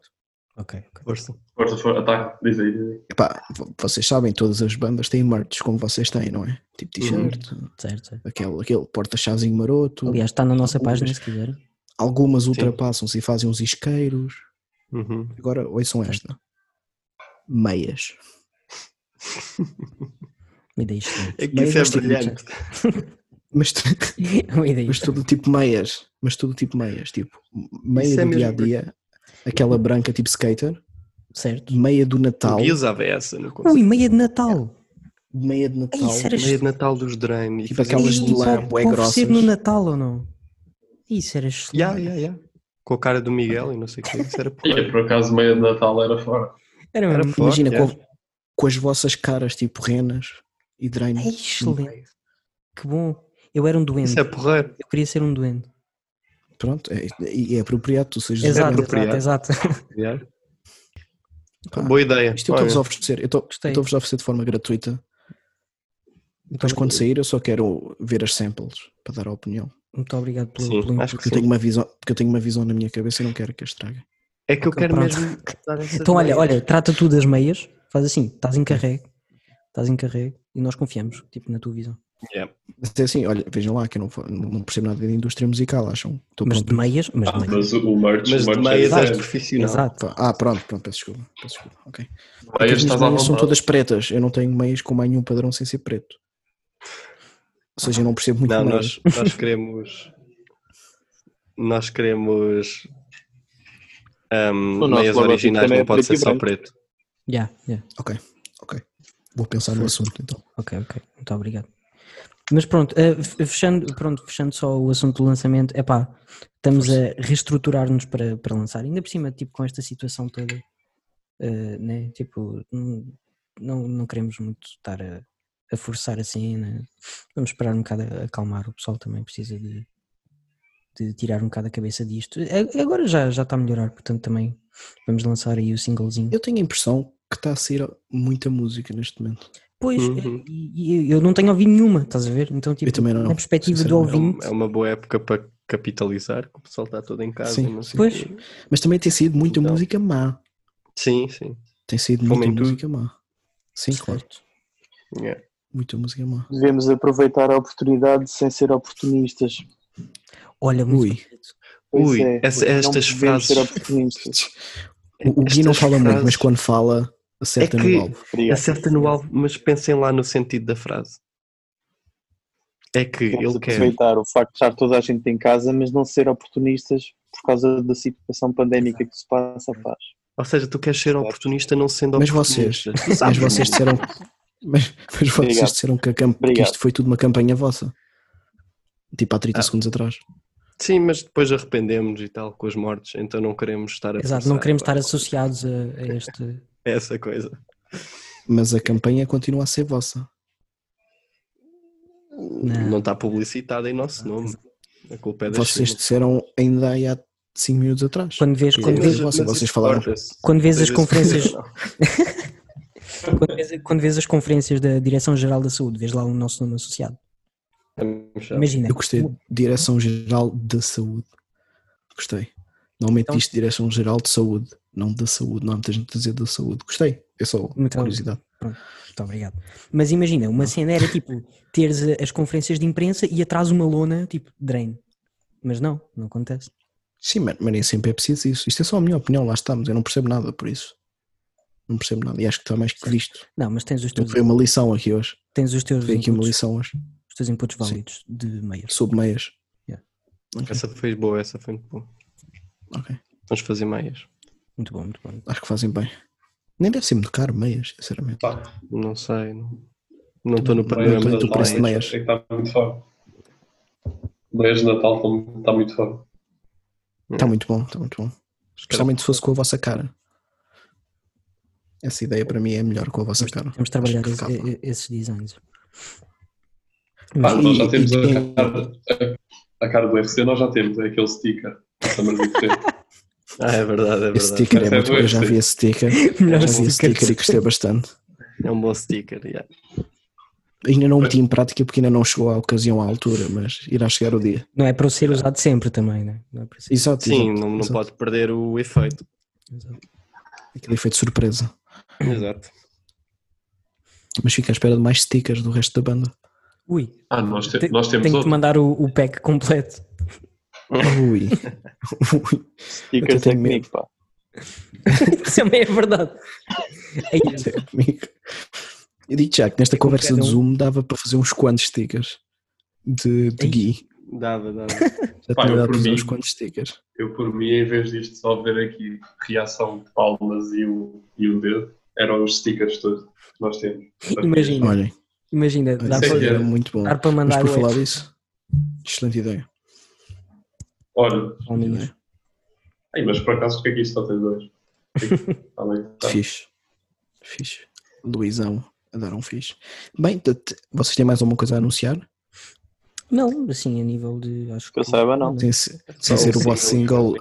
S2: Ok,
S3: é.
S2: ok.
S4: Força.
S1: Força, força, ataque, diz aí, diz aí.
S3: Epá, vo- vocês sabem, todas as bandas têm merch como vocês têm, não é? Tipo t-shirt,
S2: Certo, certo.
S3: aquele, aquele porta-chazinho maroto.
S2: Aliás, está na nossa
S3: Algumas.
S2: página se quiser.
S3: Algumas ultrapassam-se e fazem uns isqueiros.
S4: Uhum.
S3: Agora, ouçam esta. Meias.
S2: Me deixe. sim.
S4: É que
S3: Mas
S4: isso é
S3: nós tínhamos-
S4: brilhante.
S3: Mas, tu-
S2: Me deixe.
S3: mas todo tipo meias. Mas todo tipo meias. Tipo, meia
S4: Isso é
S3: do
S4: mesmo
S3: dia-a-dia. Aquela branca tipo skater.
S2: Certo.
S3: Meia do Natal.
S4: Ninguém usava essa no
S2: Ui,
S4: concerto.
S2: meia de Natal.
S3: Meia de
S2: Ei,
S3: Natal.
S2: isso era
S4: Meia de Natal dos Drain.
S3: Tipo
S4: fazia-
S3: aquelas
S2: Ei,
S3: de lã,
S2: pode-
S3: bué
S2: pode ser
S3: grossas.
S2: no Natal ou não? Isso era excelente.
S4: Ya, ya, ya. Com a cara do Miguel e não sei o que. Isso era
S1: E que
S4: porra.
S1: por acaso meia de Natal era fora.
S2: Era,
S4: Era
S2: mesmo
S4: forte,
S3: Imagina,
S4: ya.
S3: com, com as vossas caras tipo renas e drainas.
S2: É excelente. Que bom. Eu era um doente.
S4: Isso é porreiro.
S2: Eu queria ser um doente.
S3: Pronto, é, e é apropriado, tu sejas
S2: Exato,
S4: apropriado.
S2: exato, exato.
S4: Yeah.
S3: Pá,
S4: Ah, Boa ideia.
S3: Isto é eu
S4: Olha,
S3: estou-vos a oferecer, eu estou- eu
S2: Gostei.
S3: estou-vos a oferecer de forma gratuita. Depois,
S2: obrigado.
S4: Então,
S3: quando sair, eu só quero ver as samples para dar a opinião.
S2: Muito obrigado pelo,
S4: Sim,
S2: pelo
S4: acho que
S3: Porque eu,
S4: sim.
S3: tenho uma visão, porque eu tenho uma visão na minha cabeça e não quero que as estraguem.
S4: É que eu
S2: Ok,
S4: quero
S2: pronto.
S4: mesmo. dar essas
S2: Então, olha,
S4: meias.
S2: olha, trata tu das meias, faz assim, estás encarregue, estás encarregue e nós confiamos, tipo, na tua visão.
S4: Yeah.
S3: Mas é assim, olha, vejam lá que eu não, fa- não percebo nada de indústria musical, acham? Estou
S2: Mas de
S3: pronto.
S2: meias, Ah, mas de meias.
S1: Mas o merch,
S4: Mas
S1: o merch
S4: de meias
S1: é
S4: és
S1: diferente.
S4: profissional.
S2: Exato.
S3: Ah, pronto, pronto, peço desculpa. Peço desculpa. ok.
S4: Ah,
S3: Porque
S1: Meias
S3: as minhas
S1: estás à
S3: meias são
S1: vontade.
S3: todas pretas, eu não tenho meias com mais nenhum padrão sem ser preto. Ou seja, eu não percebo muito
S4: Não,
S3: nada.
S4: nós, nós queremos. Nós queremos. Um,
S5: O nosso
S4: meias
S5: logotipo
S4: originais
S5: também
S4: não
S5: é
S4: pode ser
S5: preto e
S4: só
S5: branco.
S4: preto.
S2: Já, já.
S3: Vou pensar no assunto então.
S2: Ok, ok. Muito obrigado. Mas pronto, eh, fe- fechando, pronto, fechando só o assunto do lançamento, é pá, estamos a reestruturar-nos para, para lançar. Ainda por cima, tipo, com esta situação toda, eh, né? Tipo, hum, não, não queremos muito estar a, a forçar assim, né? Vamos esperar um bocado a acalmar. O pessoal também precisa de, de tirar um bocado a cabeça disto. A- Agora já, já está a melhorar, portanto também vamos lançar aí o singlezinho.
S3: Eu tenho a impressão que está a sair muita música neste momento.
S2: Pois, eh,
S4: Uhum.
S2: e, e eu não tenho ouvido nenhuma, estás a ver? Então, tipo,
S3: Eu também não,
S2: na perspectiva do
S3: sinceramente.
S4: É, um-
S2: ouvinte,
S4: é uma boa época para capitalizar, que o pessoal está todo em casa.
S3: Sim,
S4: e não sei
S2: pois,
S4: o quê.
S3: Mas também tem saído muita
S4: Então.
S3: música má.
S4: Sim, sim.
S3: Tem saído
S4: Como
S3: muita
S4: em tudo.
S3: música má. Sim, claro.
S2: certo.
S4: Yeah.
S3: Muita música má.
S5: Devemos aproveitar a oportunidade sem ser oportunistas.
S2: Olha, muito
S3: Ui.
S2: bonito.
S5: Pois
S4: Ui,
S5: é,
S4: essa-
S5: não
S4: estas frases-
S5: devemos ser oportunistas.
S3: O, o Gui não
S4: É Estas
S3: fala muito,
S4: frases-
S3: mas quando fala, acerta
S4: É que-
S3: no alvo.
S5: Obrigado.
S4: Acerta no alvo, mas pensem lá no sentido da frase. É que
S5: Devemos
S4: ele quer.
S5: aproveitar o facto de estar toda a gente em casa, mas não ser oportunistas por causa da situação pandémica que se passa faz.
S4: Ou seja, tu queres ser oportunista não sendo
S3: Mas vocês,
S4: oportunista.
S3: mas vocês disseram. Mas, mas
S5: Obrigado.
S3: vocês disseram que, a camp- que
S5: Obrigado.
S3: isto foi tudo uma campanha vossa. Tipo há 30
S4: Ah.
S3: segundos atrás.
S4: Sim, mas depois arrependemos e tal com as mortes, então não queremos estar a
S2: Exato, não
S4: forçar
S2: queremos estar
S4: a-
S2: associados a, a este.
S4: Essa coisa.
S3: Mas a campanha continua a ser vossa.
S4: Não está publicitada em nosso nome. A culpa é da
S3: Vocês
S4: China.
S3: disseram ainda aí há 5 minutos atrás.
S2: Quando vês,
S3: Sim,
S2: quando
S3: mas-
S2: vês,
S3: vocês- vocês falaram-
S2: quando vês as
S4: Seja isso
S2: conferências-
S4: possível ou não.
S2: quando vês, quando vês as conferências da Direção-Geral da Saúde, vês lá o nosso nome associado.
S4: Vamos já.
S2: Imagina.
S3: Eu gostei. Direção-Geral da Saúde. Gostei. Não
S2: Então-
S3: metiste Direção-Geral de Saúde. Não da saúde. Não há muita gente a dizer da saúde. Gostei. É só
S2: Muito bem.
S3: curiosidade.
S2: Muito obrigado. Mas imagina, uma cena era tipo teres a- as conferências de imprensa e atrás uma lona tipo drain. Mas não, não acontece.
S3: Sim, mas, mas nem sempre é preciso isso. Isto é só a minha opinião. Lá estamos. Eu não percebo nada por isso. Não percebo nada. E acho que está mais que visto.
S2: Não, mas tens os
S3: Então
S2: teus,
S3: foi uma lição aqui hoje.
S2: tens os teus,
S3: Foi aqui uma
S2: inputs,
S3: lição hoje.
S2: os teus inputs válidos de meia.
S3: Sobre meias.
S2: Yeah.
S3: Ok,
S4: Essa foi boa, essa foi muito boa.
S3: ok.
S4: Vamos fazer meias.
S2: Muito bom, muito bom.
S3: Acho que fazem bem. Nem deve ser muito caro meias, sinceramente.
S2: Tá.
S1: Pá,
S4: Não sei. não- Não estou no
S3: Não
S4: programa
S3: estou-
S4: das
S3: do preço de
S4: meias.
S1: É
S3: meias.
S1: que está muito forte. Meias de Natal estão- está muito forte.
S3: Está Tá muito bom, está muito bom. Especialmente se fosse com a vossa cara. Essa ideia para mim é melhor com a vossa cara.
S2: Vamos trabalhar
S3: Acho que
S2: esse-
S3: ficava.
S2: e- esses designs.
S1: Pá,
S3: Mas-
S1: nós já
S3: e-
S1: temos
S3: e-
S1: a cara, a, a cara do UFC, nós já temos, é aquele sticker. Essa maravilha.
S4: Ah, é verdade, é
S3: Esse
S4: verdade.
S3: sticker é
S1: Essa é
S3: muito
S1: boa,
S3: Eu já vi
S1: sim.
S3: esse sticker. Já
S2: Melhor
S3: vi esse
S2: sticker.
S3: sticker e gostei bastante.
S4: É um bom sticker. yeah.
S3: Ainda não o meti em prática porque ainda não chegou à ocasião à altura, mas irá chegar o dia.
S2: Não é para ser usado sempre também, né? não é? Para ser-
S3: Exato.
S4: Sim,
S3: exato,
S4: não, não
S3: exato.
S4: pode perder o efeito.
S2: Exato.
S3: Aquele efeito de surpresa.
S4: Exato.
S3: Mas fica à espera de mais stickers do resto da banda.
S2: Ui,
S1: Ah, nós, te-
S2: te-
S1: nós temos
S2: tenho que te
S1: outro.
S2: mandar o, o pack completo.
S3: Ui. Ui.
S5: Stickers
S3: tenho
S5: é
S3: medo.
S5: comigo, pá.
S2: também é verdade. Aí,
S3: Isso é comigo. Eu digo já que nesta conversa de
S2: cada um.
S3: Zoom dava para fazer uns quantos stickers de, de
S2: Ei.
S3: Gui.
S4: Dava, dava.
S3: Já
S1: Pá,
S3: tinha dado
S1: eu por
S3: para fazer
S1: mim.
S3: uns quantos stickers.
S1: Eu, por mim, em vez disto só ver aqui reação de palmas e o, e o dedo, eram os stickers todos que nós temos.
S2: Imagina.
S3: Olhem,
S2: imagina, né? dá
S3: isso
S1: para-
S3: era
S1: é
S2: para,
S3: muito bom.
S2: dá para
S3: Mas
S2: mandar um
S3: por
S2: o
S3: falar disso, excelente ideia.
S1: Olha,
S3: excelente
S2: palminhas.
S3: ideia.
S1: ai, mas por acaso, porque é que isto só tem dois? Está bem, tá.
S3: Fixe. Fixe. Luizão a dar um fixe. Bem, t- t- vocês têm mais alguma coisa a anunciar? é?
S2: Não, assim, a nível de. Acho
S5: Que eu saiba, não.
S3: Sem, se- sem
S4: Só
S3: ser o
S4: um
S3: vosso single,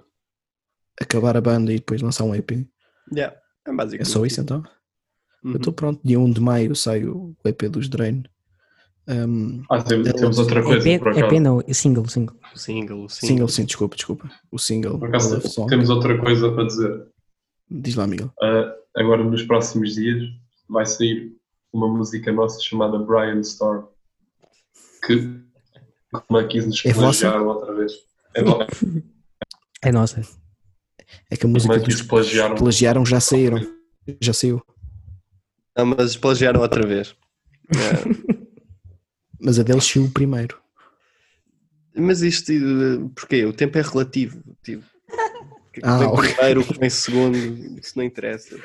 S3: acabar a banda e depois lançar um EP?
S4: Yeah, É,
S3: É
S4: basicamente
S3: só isso então?
S4: Uhum.
S3: Eu estou pronto, dia 1 de maio sai o EP dos Drain. Um,
S1: Ah, temos,
S3: Ele-
S1: temos outra coisa,
S2: É
S1: por
S2: pena,
S1: acaso.
S2: não, é single, single.
S4: O single, o single.
S3: single, sim, desculpa, desculpa. O single
S1: Por
S3: Love
S1: acaso,
S3: Song.
S1: temos outra coisa para dizer.
S3: Diz lá, Miguel.
S1: Ah, agora, nos próximos dias, vai sair uma música nossa chamada Brian Storm, que o Monkeys nos
S3: É vossa?
S1: plagiaram outra vez. É do-
S2: É nossa.
S3: É que a
S1: Os
S3: música
S1: Monkeys
S3: dos
S1: plagiaram.
S3: plagiaram já saíram. Já saiu.
S4: Ah, mas plagiaram outra vez. É.
S3: Mas a deles saiu primeiro.
S4: mas isto, eh, porquê? O tempo é relativo. Tipo, o que
S3: Ah,
S4: vem
S3: ok.
S4: primeiro, o que vem segundo, isso não interessa. O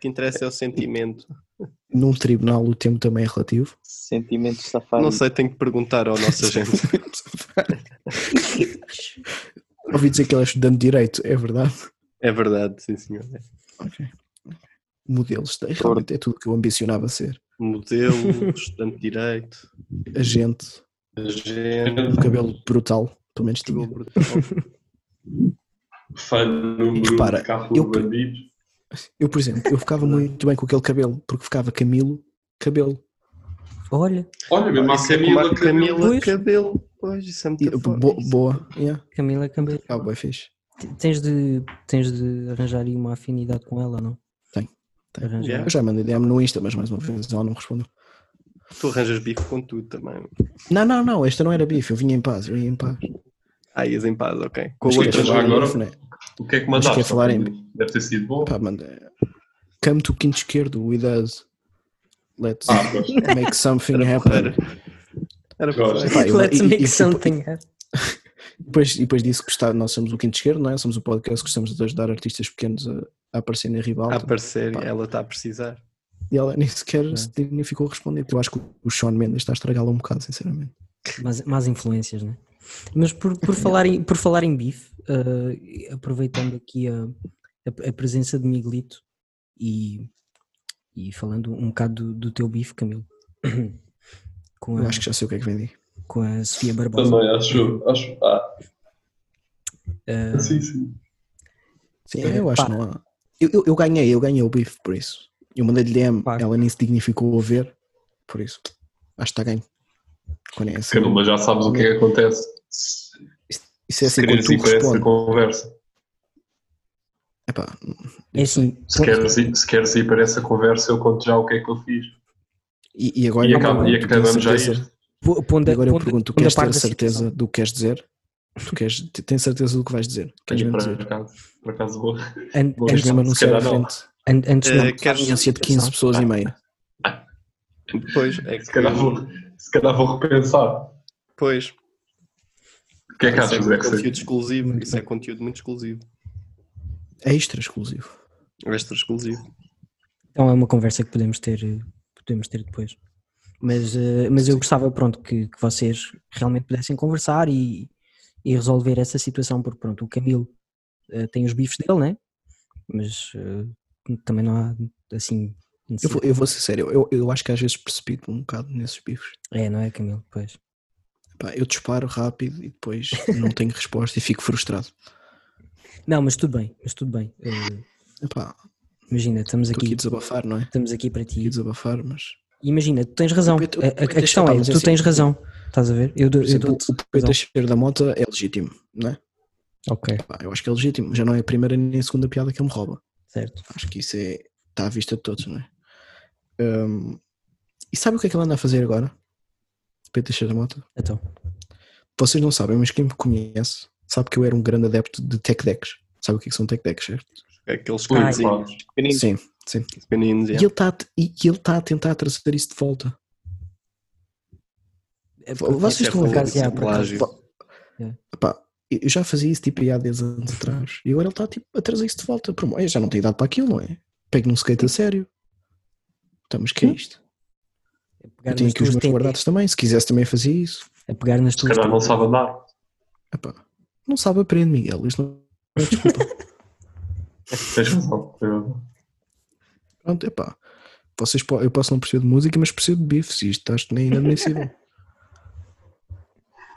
S4: que interessa é o sentimento.
S3: Num tribunal o tempo também é relativo.
S5: Sentimentos
S4: Não
S5: safados.
S4: sei, tenho que perguntar ao nosso agente.
S3: Ouvi dizer que ele é estudante de direito, é verdade.
S4: É verdade, sim senhor.
S3: Ok. Modelos, realmente é tudo o que eu ambicionava ser.
S4: Modelo, estudante de direito,
S3: Agente, um
S4: agente,
S3: cabelo brutal, pelo menos
S4: cabelo
S3: tinha.
S4: brutal.
S1: fã número
S3: Repara,
S1: um de Carro
S3: eu-
S1: do Bandido.
S3: Eu, por exemplo, eu ficava muito bem com aquele cabelo, porque ficava Camilo, cabelo.
S2: Olha,
S1: Olha, mesmo assim, a
S4: Isso é como
S1: Camila,
S4: a Camila
S1: Camila.
S2: Pois.
S4: cabelo. Pois, isso é
S3: E,
S4: muito
S3: bo-
S4: forte.
S3: boa, yeah.
S2: Camila Camila,
S3: Ah, boa, fixe.
S2: tens de, tens de arranjar aí uma afinidade com ela, não?
S3: Tenho, tenho.
S2: Arranjar.
S4: Yeah.
S3: Eu já mandei DM no Insta, mas mais uma vez ela não respondeu.
S4: Tu arranjas bico com tudo também.
S3: Não, não, não, esta não era bife, eu vinha em paz, eu ia em paz.
S4: Ah, ias em paz, ok. Com
S3: Mas
S4: a
S3: quer
S4: outra
S1: esquece,
S3: falar
S4: já
S1: já
S3: em
S1: agora-
S3: bife, né?
S1: O que é que
S3: Mas
S1: mandaste?
S3: quer falar em-
S1: Deve ter sido bom.
S3: Pá, manda. Come to quinto esquerdo with us. Let's
S1: Ah, pois.
S3: make something
S4: era
S3: happen.
S4: porreira. Era
S1: Gosto.
S4: porreira.
S3: Pá, eu-
S2: Let's
S3: e- e-
S2: make
S3: e-
S2: something happen.
S3: Depois, depois disso, gostar, nós somos o Quinto Esquerdo, não é? Somos o podcast que gostamos de ajudar artistas pequenos a, a aparecer na
S4: A
S3: rival.
S4: aparecer,
S3: Pá.
S4: ela está a precisar.
S3: E ela nem sequer
S2: É.
S3: se dignificou a responder. Eu acho que o Sean Mendes está a estragá-la um bocado, sinceramente.
S2: Más, más influências, né? Mas por, por, falar, em, por falar em bife, eh, aproveitando aqui a, a- a presença de Miguelito e, e falando um bocado do, do teu bife, Camilo, com
S3: Eu
S2: a,
S3: acho que já sei o que é que vem daí.
S2: com a Sofia Barbosa.
S1: Também acho. acho ah,
S2: Eh,
S1: sim, sim.
S3: Sim,
S2: É,
S3: eu acho
S2: pá.
S3: que não há. Eu, eu, eu ganhei, eu ganhei o bife por isso. Eu mandei-lhe DM,
S2: Pá.
S3: ela nem se dignificou a ver, por isso. Acho que está ganho. Quando é assim.
S1: Caramba, já sabes o que é que acontece. Se
S3: Isso é assim quando
S1: queres
S3: tu
S1: ir para essa
S3: respondes.
S1: conversa.
S3: Epá,
S2: é assim,
S1: Se queres, ir, se queres ir para essa conversa, eu conto já o que é que eu fiz.
S3: e, e agora
S1: E
S3: eu
S1: acaba- e
S3: pergunto, tu tens
S1: acabamos já
S3: certeza-
S2: po- pondo a-
S3: agora eu
S2: pondo-
S3: pergunto, tu
S2: pondo é a
S3: queres
S2: par
S3: ter
S2: da
S3: certeza
S2: situação.
S3: do que queres dizer? Tu queres, te- tens certeza do que vais dizer? Queres
S1: Tenho
S3: mesmo
S1: para
S3: dizer?
S1: acaso. Por acaso vou.
S2: An-
S1: Vou
S3: Queres
S2: antes-
S1: dizer-
S3: mesmo
S1: se
S3: anunciar à
S1: calhar não.
S3: frente?
S2: an- antes
S4: Eh,
S2: não-
S3: Uma audiência é de 15 pessoas
S2: Tá.
S3: e meia.
S4: Pois, é
S1: Se
S4: que.
S1: calhar vou, se calhar vou repensar.
S4: Pois.
S1: O que é que
S4: Isso é
S1: achas, Zé? que
S4: conteúdo
S1: seja?
S4: exclusivo.
S2: Muito
S4: Isso é
S2: bem.
S4: conteúdo muito exclusivo.
S3: É extra exclusivo.
S4: Extra exclusivo.
S2: Então é uma conversa que podemos ter, eh, podemos ter depois. Mas, eh, mas eu gostava, pronto, que, que vocês realmente pudessem conversar e, e resolver essa situação, porque pronto, o Camilo eh, tem os bifes dele, né? Mas eh, também não há, assim...
S3: Eu vou, eu vou ser sério, eu, eu acho que às vezes precipido um bocado nesses bifes.
S2: É, não é, Camilo? Pois.
S3: Epá, eu disparo rápido e depois não tenho resposta e fico frustrado.
S2: Não, mas tudo bem, mas tudo bem. Eh,
S3: Epá,
S2: imagina, estamos
S3: estou aqui
S2: aqui,
S3: a desabafar, não é? Estou
S2: estamos aqui para
S3: aqui
S2: ti.
S3: a desabafar, mas.
S2: Imagina, tu tens razão.
S3: Eu- eu-
S2: A, a- a
S3: eu-
S2: questão
S3: tá,
S2: é,
S3: mas é
S2: tu
S3: assim,
S2: tens razão. Estás a ver? Eu, dou-
S3: Por é
S2: eu
S3: exemplo,
S2: dou-te
S3: o Pedro
S2: razão.
S3: Teixeira da Mota é legítimo, não é?
S2: Ok,
S3: Epá, eu acho que é legítimo. Já não é a primeira nem a segunda piada que ele me rouba.
S2: certo.
S3: Acho que isso é, está à vista de todos, não é? Hum, e sabe o que é que ele anda a fazer agora? Pedro Teixeira da Mota?
S2: Então,
S3: Vocês não sabem, mas quem me conhece sabe que eu era um grande adepto de tech decks. Sabe o que é que são tech decks, certo?
S4: É Aqueles
S1: Ui,
S2: Ai.
S1: claro.
S4: coisinhos.
S5: Pequenino.
S3: Sim, sim.
S4: Pequeninos,
S3: E
S4: é.
S3: ele está a, e- e ele tá a tentar trazer isso de volta.
S2: é porque-
S3: Vocês
S4: isso é
S3: estão a assim, ah, ver?
S2: isso
S4: plágio,
S2: é
S4: plágio.
S3: Vo-
S2: É.
S3: Epá, eu já fazia isso tipo aí há 10 anos atrás e agora ele está tipo, a trazer isso de volta. Por... Eu já não tenho idade para aquilo, não é? Pego num skate a sério. Estamos que é isto?
S2: pegar
S3: eu tenho
S2: nas
S3: aqui
S2: tuas
S3: os meus
S2: tendências-
S3: guardados também. Se quisesse também fazia isso.
S2: a pegar nas
S1: Se
S2: tuas
S1: calhar não sabe andar.
S3: Epá, não sabe aprender, Miguel. Isto não não é desculpa.
S1: Tens razão. tens razão.
S3: Pronto, epá. Vocês, po- eu posso não perceber de música, mas percebo de bifes e isto acho que nem é inadmissível.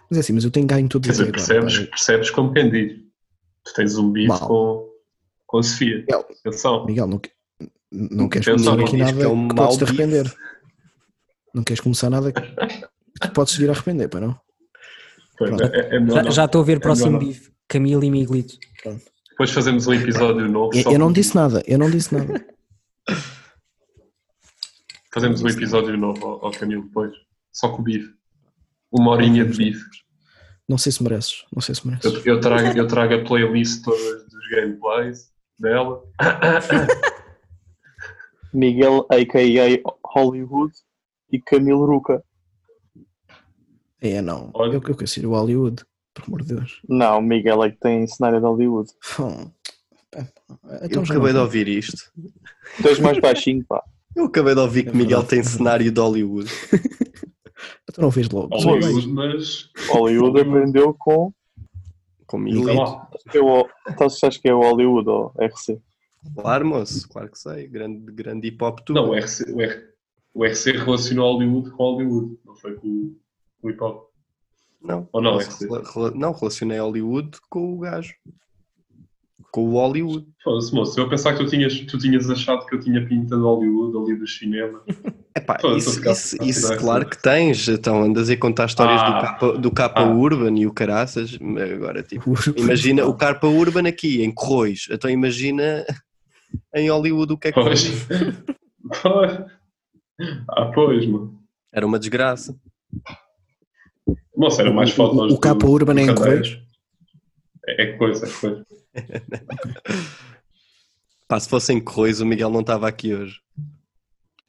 S3: mas é assim, mas eu tenho ganho
S1: Quer
S3: todas
S1: dizer,
S3: agora. pá.
S1: percebes, percebes como quem diz. Tu tens um bife
S3: Mal.
S1: com, com a Sofia.
S3: Miguel,
S1: Atenção.
S3: Miguel, não, que- não queres
S1: Pensa
S3: começar
S1: no
S3: aqui
S1: disco,
S3: nada
S4: é um
S3: que
S4: mau
S3: podes te
S4: bife.
S3: arrepender. Não queres começar nada que que podes vir a arrepender, para não?
S1: Pois,
S3: Pronto.
S1: é- é melhor
S2: Já,
S1: não.
S2: já estou a ver o próximo
S1: não.
S2: bife. Camilo e Miguelito.
S1: Depois fazemos um episódio novo.
S3: Eu,
S1: só um
S3: eu não
S1: com-
S3: disse nada, eu não disse nada.
S1: Fazemos um episódio novo ao, ao Camilo depois. Só com o bife. Uma horinha de bife.
S3: Não sei se mereces, não sei se mereces.
S1: Eu, eu trago, eu trago a playlist todas dos gameplays dela.
S5: Miguel, a.k.a. Hollywood e Camilo Ruca.
S3: É, não.
S1: Olha.
S3: Eu, eu considero o Hollywood, por amor de Deus.
S5: Não, Miguel é que tem cenário de Hollywood.
S3: Fum. Pá,
S4: Eu
S3: Então já
S4: acabei de
S3: não-
S4: ouvir isto.
S5: Tu és mais baixinho, pá.
S4: Eu acabei de ouvir
S3: É
S4: que Miguel
S3: verdade,
S4: tem
S3: é verdade.
S4: cenário de Hollywood.
S3: então não vês logo.
S1: Hollywood, mas. então
S5: Hollywood aprendeu com.
S4: Com
S1: Sei
S4: Miguel.
S1: lá.
S5: É o... Então, se achas que é o Hollywood ou RC?
S4: Claro, moço. Claro que sei. Grande, grande hip hop tu.
S1: Não, é. o RC, o, R, o RC relacionou Hollywood com Hollywood. Não foi com o- com o hip hop.
S4: Não,
S1: Ou não,
S4: Rela-
S1: é que-
S4: rela- não, relacionei Hollywood com o gajo. Com o Hollywood.
S1: Foda-se, moço. Eu pensava que tu tinhas, tu tinhas achado que eu tinha pinta de Hollywood ali do cinema.
S4: Epá,
S1: Pô, eu tô
S4: isso,
S1: ficando-
S4: isso,
S1: tô
S4: isso
S1: ficando-
S4: claro que tens. Então andas a contar histórias
S1: Ah.
S4: do capa, do capa
S1: Ah.
S4: Urban e o caraças. mas Agora, tipo, imagina o capa Urban aqui em Corroios. Então imagina em Hollywood o que é que
S1: Pois.
S4: foi.
S1: Pois. ah, pois, mano.
S4: Era uma desgraça.
S1: Moço, era mais
S3: O- o-
S1: fotos.
S3: o capa
S1: do-
S3: Urban
S1: do
S3: é em
S1: Cadeiras. É é coisa, é coisa.
S4: Pá, se fosse em Corroios, o Miguel não estava aqui hoje.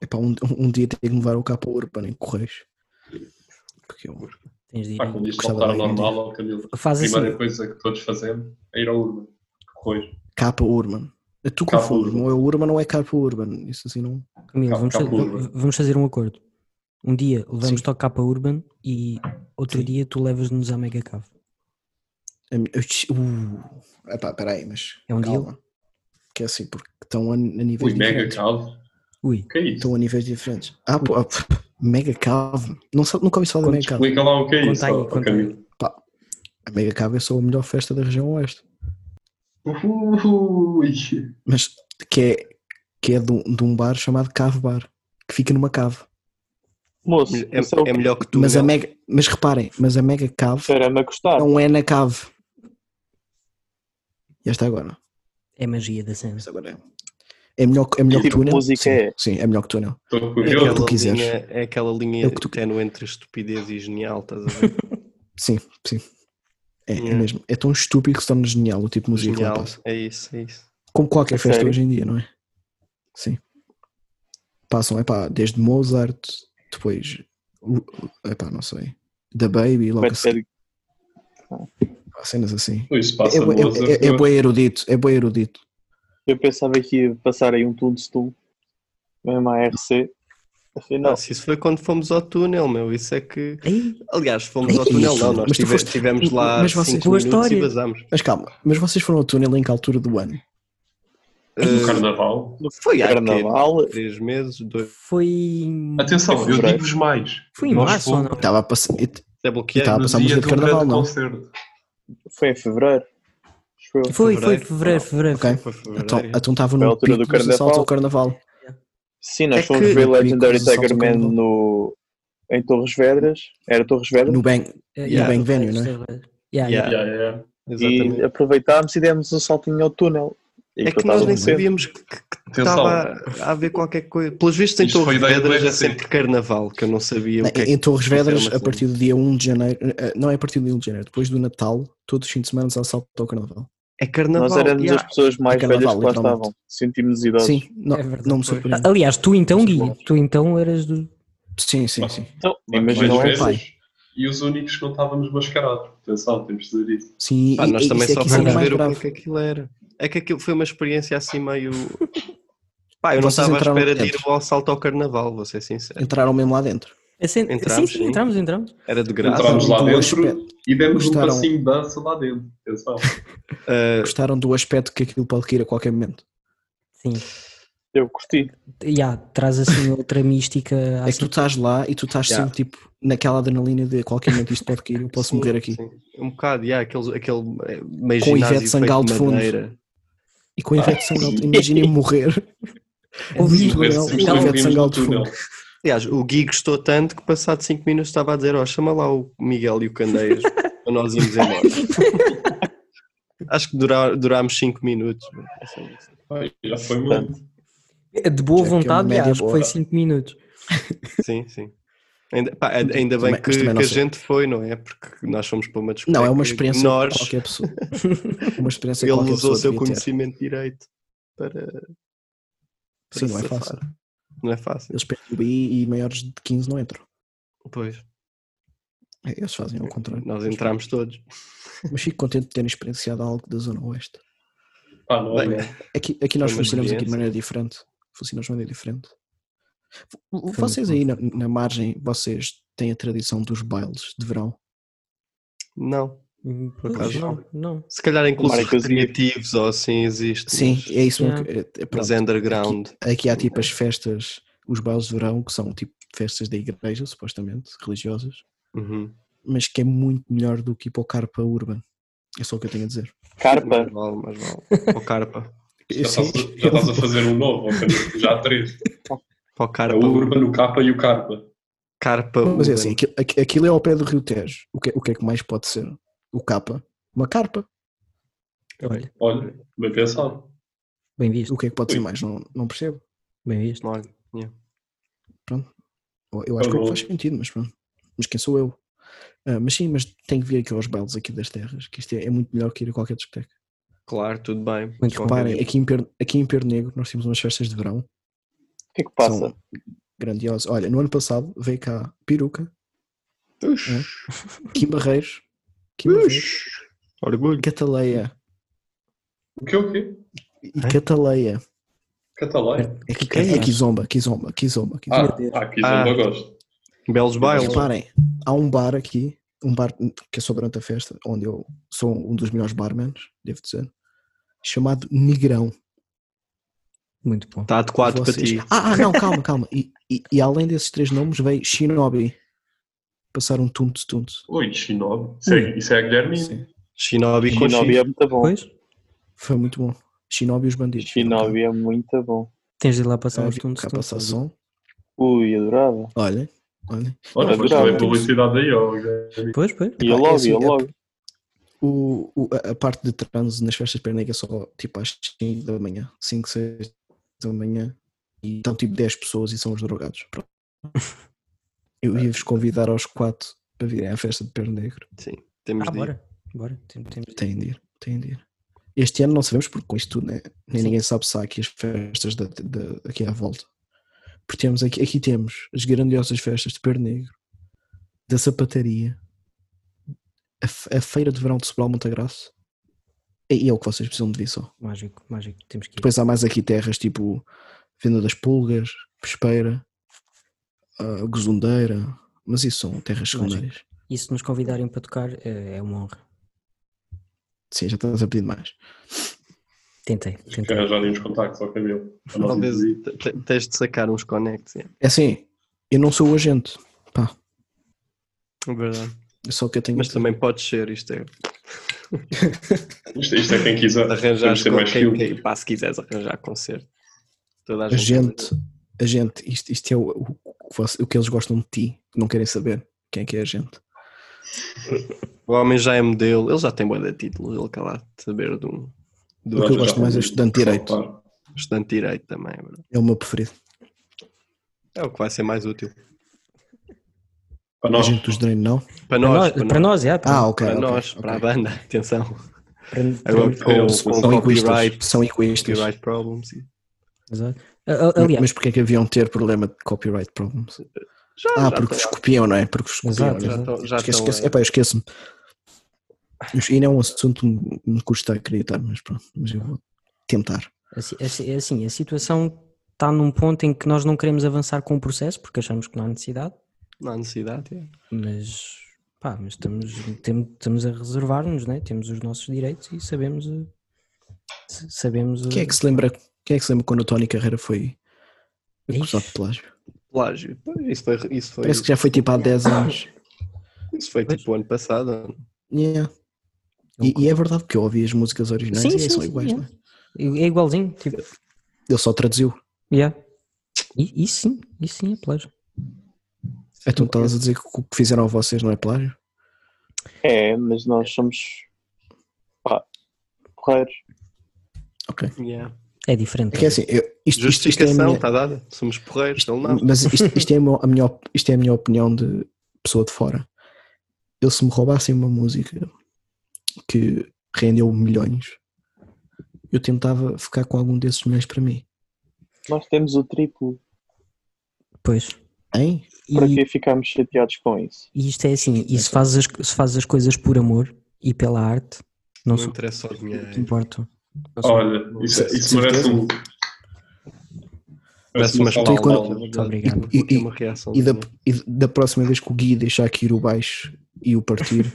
S3: Epá, um, um dia tenho que levar o capa Urban em Correios. Porque eu
S2: Tens de ir.
S1: Pá, quando isto
S3: Gostava
S1: voltar ao
S3: bem de
S1: normal, ó, Camilo, a
S2: Faz assim.
S1: primeira coisa que todos fazemos é ir ao Urban. Correr.
S3: Capa Urban. Tu
S1: Capa
S3: confundes,
S1: Urban.
S3: não é Urban ou é Capa Urban. Isso assim não.
S2: Camilo,
S1: Capa-
S2: vamos, fa-
S1: capa
S2: va-
S1: urban.
S2: vamos fazer um acordo. Um dia levamos-te ao capa urban e outro
S3: Sim.
S2: dia tu levas-nos à Mega Cave.
S3: A mi- Ux, Uh, epá, peraí, mas.
S2: É um
S3: calma. Que é assim, porque estão a, a níveis
S1: Ui, mega
S3: diferentes.
S1: calvo.
S2: Ui,
S1: O que é isso?
S3: Estão a níveis diferentes. Ah, pô, ah, pô, Mega Cave. Não, sabe- nunca ouvi falar da Mega Cave.
S1: Explica lá o que é
S2: Conta
S1: isso,
S2: aí,
S1: ó,
S2: conta
S1: Camilo.
S3: A Mega Cave é só a melhor festa da região oeste.
S1: Ui.
S3: Mas que é, que é de, um, de um bar chamado Cave Bar, que fica numa cave.
S5: Moço,
S4: É,
S5: isso é o
S4: é
S5: que
S4: melhor que tu.
S3: Mas, a
S4: Mel.
S3: mega, mas reparem, mas a Mega Cave
S5: me a gostar.
S3: não é na cave. Já está agora.
S2: é a magia da cena.
S3: Esta agora é. É melhor, é melhor que
S5: Tipo,
S3: túnel.
S5: música
S3: sim,
S5: é-
S3: sim, é melhor que túnel.
S1: Estou
S4: É
S1: curioso.
S3: tu
S4: aquela,
S3: quiseres.
S4: linha, é aquela linha
S3: É o que tu-
S4: tenue entre estupidez e genial, estás a ver?
S3: Sim, sim. É, é
S4: Yeah.
S3: mesmo. É tão estúpido que se torna genial o tipo de música que lá
S4: genial.
S3: passa.
S4: É isso, é isso.
S3: Como qualquer
S5: A
S3: festa
S5: sério?
S3: hoje em dia, não é? Sim. Passam, epá, desde Mozart, depois, uh, epá, não sei, da Baby, logo
S5: Vai
S3: a seguir,
S5: ter
S3: pá, cenas assim.
S1: Ui, Isso
S3: É,
S1: passa
S3: bué-
S1: boas
S3: é, é, é bem erudito, é bem erudito.
S5: Eu pensava que ia passar aí um tundstum, mesmo a RC. Afinal,
S3: Ah,
S4: Nossa, isso foi quando fomos ao túnel, meu. Isso é que.
S2: Ei,
S4: Aliás, fomos ao
S3: Ei,
S4: túnel, não. Nós
S3: É mas tu
S4: tive-
S3: foste-
S4: tivemos lá
S3: mas
S4: mas
S3: vocês-
S4: cinco
S2: Boa
S4: minutos
S2: história.
S4: e vazámos.
S3: Mas calma, mas vocês foram ao túnel em que altura do ano?
S1: No É um carnaval.
S4: Eh, Foi há quê?
S5: carnaval,
S4: Três meses, dois.
S2: foi. em-
S1: Atenção, eu
S5: Fevereiro.
S1: digo-vos mais.
S2: Foi em
S1: Nós
S2: março ou
S1: fomos-
S2: não?
S3: Estava a passar, e-
S4: Até bloqueei.
S3: Tá. a
S1: no
S3: passar
S1: dia
S3: música de
S1: do grande
S3: carnaval, não?
S1: concerto.
S5: foi em fevereiro. Acho eu.
S2: Foi, foi,
S4: Fevereiro?
S2: fevereiro,
S4: Não.
S2: fevereiro.
S3: ok,
S4: Foi fevereiro.
S3: então então estava
S5: Foi a
S3: no
S5: altura
S3: pico
S5: do
S3: dos assaltos ao carnaval.
S5: Sim, nós
S4: É
S5: fomos
S4: que-
S5: ver Legendary
S3: Assalto ao
S5: Tiger Man
S3: Carnaval.
S5: no, em Torres Vedras. Era Torres Vedras.
S3: No bem,
S2: Eh,
S4: Yeah.
S3: Bem venue, não é?
S2: fevereiro. Yeah,
S4: Yeah.
S1: Yeah, yeah.
S4: Exatamente.
S5: E aproveitámos e demos um saltinho ao túnel. E
S4: É que
S5: eu
S4: nós
S5: tava
S4: nem
S5: a dizer,
S4: sabíamos que que
S1: Tipo, Atenção.
S4: estava a haver qualquer coisa. Pelos vistos, em
S1: Isto
S4: Torres
S1: foi ideia do
S4: Vedras é
S1: RC.
S4: sempre carnaval, que eu não sabia o que é
S3: em
S4: que.
S3: Torres
S4: era
S3: Vedras,
S4: uma
S3: a
S4: cena.
S3: partir do dia 1 de janeiro, eh, não é a partir do 1 de janeiro, depois do Natal, todos os fins de semana há assalto ao carnaval.
S4: É carnaval.
S5: Nós éramos
S4: yeah.
S5: as pessoas mais
S3: Carnaval,
S5: velhas que lá
S3: literalmente.
S5: estavam. Sentimos-nos idosos.
S3: Sim, não,
S2: É verdade,
S3: não me
S2: pois.
S3: surpreende.
S2: Ah, Aliás, tu então,
S3: Mas
S2: Gui,
S3: bom.
S2: tu então eras do.
S3: Sim, sim, sim.
S5: Então,
S1: Mas
S5: imagina, não é
S1: vezes,
S3: pai.
S1: E os únicos que não estávamos mascarados. Atenção, temos de dizer isso.
S3: Sim,
S4: Pá,
S3: e-
S4: nós
S3: e
S4: também
S3: isso é
S4: só
S3: que isso é
S4: fomos
S3: mais
S4: ver o que,
S3: grave.
S4: é que aquilo era. É que aquilo foi uma experiência assim meio. Pá, eu não
S3: Vocês
S4: estava à
S3: entraram
S4: espera de ir
S3: dentro.
S4: ao salto ao carnaval, vou ser sincero.
S3: Entraram mesmo lá dentro.
S2: É cen-
S4: Entramos,
S2: sim, sim,
S4: sim.
S2: entramos, entramos.
S4: Era de graça.
S1: Entramos lá
S3: do
S1: dentro
S3: aspecto.
S1: e demos
S3: Gostaram.
S1: um passinho de dança lá dentro. Atenção.
S4: Ah,
S3: Gostaram do aspecto que aquilo pode cair a qualquer momento.
S2: Sim.
S5: eu curti.
S2: Yeah, traz assim outra mística.
S3: É que tu
S2: assim.
S3: estás lá e tu estás
S4: Yeah.
S3: sempre tipo naquela adrenalina de a qualquer momento isto pode cair, eu posso
S4: sim,
S3: morrer aqui.
S4: sim. Um bocado, yeah, aquele, aquele eh, meio
S3: Com o Ivete
S4: ginásio feito
S3: Sangalo
S4: de
S3: de fundo.
S4: madeira.
S3: E com o Ivete Sangal, imaginem morrer. É
S2: Ouvi-
S3: muito legal,
S1: Esse
S3: mas com
S1: tipo
S3: o
S1: não
S3: Ivete
S1: vimos
S3: Sangal
S1: no
S3: é de fundo.
S1: túnel.
S4: Aliás, o Gui gostou tanto que passado 5 minutos estava a dizer, ó, chama lá o Miguel e o Candeias para nós irmos embora. Acho que durá- durámos 5 minutos. é
S1: Ai, Já foi muito.
S2: De boa
S3: Já que é uma
S2: vontade,
S3: média
S2: yeah, acho que foi
S3: boa.
S2: 5 minutos.
S4: Sim, sim. Ainda, pá, ainda bem
S3: Também-
S4: que,
S3: mas também não
S4: que a
S3: sei.
S4: gente foi, não é? Porque nós fomos para uma discussão.
S3: Não, é uma experiência que
S4: Nós,
S3: qualquer pessoa. É Uma experiência que
S4: ele
S3: qualquer
S4: usou o
S3: pessoa
S4: seu
S3: devia ter.
S4: conhecimento de direito para. para
S3: Sim, não é
S4: safar.
S3: fácil.
S4: Não é fácil.
S3: Eles pedem o BI e maiores de 15 não entram.
S4: Pois,
S3: É, Eles fazem ao contrário.
S4: nós entramos todos.
S3: Mas fico contente de terem experienciado algo da Zona Oeste.
S1: Pá, não é
S4: Bem,
S1: mal.
S3: Aqui, aqui nós
S4: Foi uma
S3: funcionamos aqui de
S4: experiência.
S3: maneira diferente. Funcionamos de maneira diferente. V-
S2: muito
S3: Vocês aí na, na margem, vocês têm a tradição dos bailes de verão.
S4: Não.
S2: Hum, Por
S4: Pois,
S2: acaso, não. não.
S4: Se calhar inclusive
S5: Marcas e-
S4: recreativos ou assim existe.
S3: Sim,
S4: mas-
S3: é isso mesmo.
S2: Yeah.
S3: que- é- é-
S4: Mas
S3: pronto.
S4: é underground.
S3: Aqui há tipo as festas, os bailes de verão, que são tipo festas da igreja, supostamente, religiosas,
S4: Uhum.
S3: mas que é muito melhor do que ir para o Carpa Urban. É só o que eu tenho a dizer.
S5: Carpa,
S4: Mais vale, mais vale. Para o carpa.
S1: Já estás a- já estás a fazer um novo, ó, Camilo. já há três.
S4: Para o
S1: É
S4: carpa.
S1: o Urban, o Capa e o Carpa.
S4: Carpa.
S3: Mas é
S4: urban.
S3: assim, aquilo, aqu- aquilo é ao pé do Rio Tejo. O que, é- o que é que mais pode ser? O capa? Uma carpa?
S2: Olha,
S1: Olha, bem pensado.
S2: bem visto,
S3: O que é que pode ser
S1: Ui.
S3: mais? Não, não percebo.
S2: bem visto.
S4: Olha, yeah.
S3: Eu- Eu acho
S1: Tá
S3: que é o que
S1: bom.
S3: faz sentido, mas pronto. Mas quem sou eu? Ah, mas sim, mas tenho que vir aqui aos bailes aqui das terras, que isto é, é muito melhor que ir a qualquer discoteca.
S4: Claro, tudo bem.
S2: Muito
S4: Qualquer
S3: Reparem,
S4: dia.
S3: aqui em, Pedro, aqui em Pedro Negro nós temos umas festas de verão
S5: o que é que
S3: que
S5: passa?
S3: são grandiosas. Olha, no ano passado veio cá peruca, Kim Barreiros, Kim Barreiros
S4: Orgulho.
S3: Cataleia
S1: O que o quê?
S3: e Cataleia.
S1: Catalã?
S2: É que
S3: É Kizomba, Kizomba, Kizomba.
S1: Ah,
S3: Kizomba.
S2: Deus.
S1: ah, aqui
S4: Ah.
S1: eu gosto.
S4: Belos bailes.
S3: Reparem, há um bar aqui, um bar que é só durante a festa, onde eu sou um dos melhores barmans, devo dizer, chamado Negrão.
S2: Muito bom.
S4: Está adequado para
S3: Vocês-
S4: ti.
S3: Ah, ah, não, calma, calma. E, e- e além desses três nomes veio Shinobi. Passar um tunto tunto.
S1: Oi, Shinobi. Isso é, isso é a Guilherme?
S3: Hum. Sim.
S4: Shinobi com
S5: Shinobi é muito bom.
S2: Pois,
S3: Foi muito bom. Shinobi e os bandidos.
S5: Shinobi é muito bom.
S2: tens de ir lá passar um
S3: Passar
S2: uns tuntos.
S3: passar
S2: tuntos.
S3: som.
S5: Ui, adorava.
S3: Olha, olha.
S1: Olha,
S5: Não,
S1: mas
S5: foi
S1: também
S5: grave.
S1: publicidade aí, ó. Guilherme.
S2: Pois, pois.
S5: E
S3: Epá,
S5: eu
S3: é
S5: logo,
S3: assim,
S5: eu
S3: é-
S5: logo.
S3: O, o- a, a parte de transe nas festas de Pernambuco é só tipo às 5 da manhã, 5, 6 da manhã, e estão tipo 10 pessoas e são os drogados. Pronto. Eu ia-vos convidar aos 4 para virem à festa de Pernegro.
S4: Temos
S2: Ah,
S4: de ir.
S2: bora. Bora. Tem- temos de ir.
S3: Têm de ir, têm de ir. Este ano não sabemos porque com isto tudo, né? nem ninguém sabe se há aqui as festas da, da- aqui à volta. Porque temos aqui, aqui temos as grandiosas festas de Pernegro, da sapataria, a, fe- a feira de verão de Sobral Montagraça, e é o que vocês precisam de ver só.
S2: Mágico, mágico. Temos que ir.
S3: Depois há mais aqui terras tipo Venda das Pulgas, Pespeira, ah, Gozundeira, mas isso são terras
S2: Lógico.
S3: secundárias.
S2: E se nos convidarem para tocar, eh, é uma honra.
S3: Sim, já estás a pedir mais.
S2: Tentei,
S1: Acho que é
S2: tentei.
S1: arranjarem os contactos ao Camilo. é A nossa
S4: Talvez
S1: visita.
S4: te- te- tens de sacar uns connects. É
S3: É assim, eu não sou o agente,
S4: É verdade.
S3: é só o que eu tenho.
S4: Mas
S3: a
S4: também pode ser, isto é.
S1: Isto, isto é quem quiser.
S4: Arranjar
S1: Temos de ter mais filme.
S4: se quiseres arranjar concerto. Toda a
S3: dizer.
S4: gente.
S3: agente, agente, isto, isto é o, o- o que você- o que eles gostam de ti, que não querem saber quem é que é a gente.
S4: O homem já é modelo, ele já tem boa de títulos, ele quer lá saber de um
S3: O que eu gosto mais é estudante de direito,
S4: estudante de direito também. É, verdade.
S3: é o meu preferido.
S4: É o que vai ser mais útil.
S3: A
S1: Para nós,
S3: gente dos drenos, não?
S4: Para
S2: Para
S4: nós,
S2: nós,
S4: para
S2: para
S4: nós,
S2: nós, é. Para,
S3: Ah, ok.
S4: para,
S3: ok,
S4: nós,
S3: ok.
S4: para a banda, atenção.
S2: para- para-
S4: Agora com,
S1: São-
S4: com
S3: São
S4: copyright,
S3: egoístas. São egoístas.
S4: copyright problems. e-
S2: exato. A- a- Aliás,
S3: Mas porque é que haviam de ter problema de copyright problems?
S4: Já,
S3: Ah,
S4: já
S3: porque
S4: estão-
S3: vos copiam, não é? Porque vos copiam.
S2: Exato,
S3: olha.
S4: já estão- já
S3: Esquece,
S4: estão,
S3: esquece.
S4: é.
S3: Epá, eu esqueço-me. Mas Ainda é um assunto que me- me custa acreditar, mas pronto, mas eu vou tentar.
S2: a si- a si- é assim, a situação está num ponto em que nós não queremos avançar com o processo porque achamos que não há necessidade,
S4: Não há necessidade. é.
S2: mas, pá, mas estamos, tem- estamos a reservar-nos, né? temos os nossos direitos e sabemos. eh, s- sabemos eh,
S3: Quem é que se lembra, quem é que se lembra quando o Tony Carreira foi acusado de
S2: Ixi.
S3: plágio?
S4: Plágio. Isso foi, isso foi,
S3: Parece que já foi tipo há 10 anos.
S4: isso foi tipo o ano passado.
S3: Yeah. E, e é verdade, porque eu ouvi as músicas originais
S2: Sim,
S3: e
S2: sim,
S3: são
S2: sim,
S3: iguais,
S2: é.
S3: não é?
S2: É igualzinho, tipo,
S3: Ele só traduziu.
S2: yeah. e, e sim, e sim é plágio.
S3: Então estavas
S2: é.
S3: a dizer que o que fizeram a vocês não é plágio?
S5: É, mas nós somos. pá, porreiros.
S3: Ok.
S4: Yeah.
S2: É diferente.
S3: É que é assim, eu, isto, isto, isto é a
S4: Justificação,
S3: minha-
S2: tá
S4: está dada. Somos porreiros, ele não.
S3: Mas isto, isto é a minha, a minha op- isto é a minha opinião de pessoa de fora. Eu, se me roubassem uma música que rendeu milhões, eu tentava ficar com algum desses milhões para mim.
S5: Nós temos o triplo.
S2: Pois.
S3: Hein?
S5: Para
S2: E-
S5: que ficarmos chateados com isso?
S2: E isto é assim, e se fazes, as, se fazes as coisas por amor e pela arte, não,
S4: Não é
S2: são
S4: interessa só o
S2: não te
S4: dinheiro.
S2: importam. Não são-
S1: olha, isso, isso merece um.
S4: Parece umas
S1: salva-
S3: e quando-
S4: palmas.
S2: Muito obrigado.
S4: E,
S3: E-
S4: uma reação.
S3: E da,
S4: de-
S3: e da próxima vez que o Gui deixar aqui o baixo e o partir,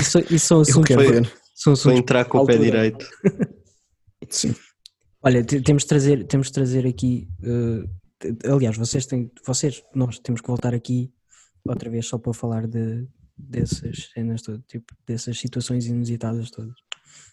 S2: Isso, isso são
S3: eu
S2: assuntos.
S3: quero
S4: foi-
S3: ver.
S2: São
S4: Vou
S2: assuntos
S4: entrar com o pé
S2: Altura.
S4: direito.
S3: Sim.
S2: olha, te- temos de trazer, temos de trazer aqui. eh, te- aliás, vocês têm. Vocês, nós temos que voltar aqui outra vez só para falar de, dessas cenas todas, tipo, dessas situações inusitadas todas.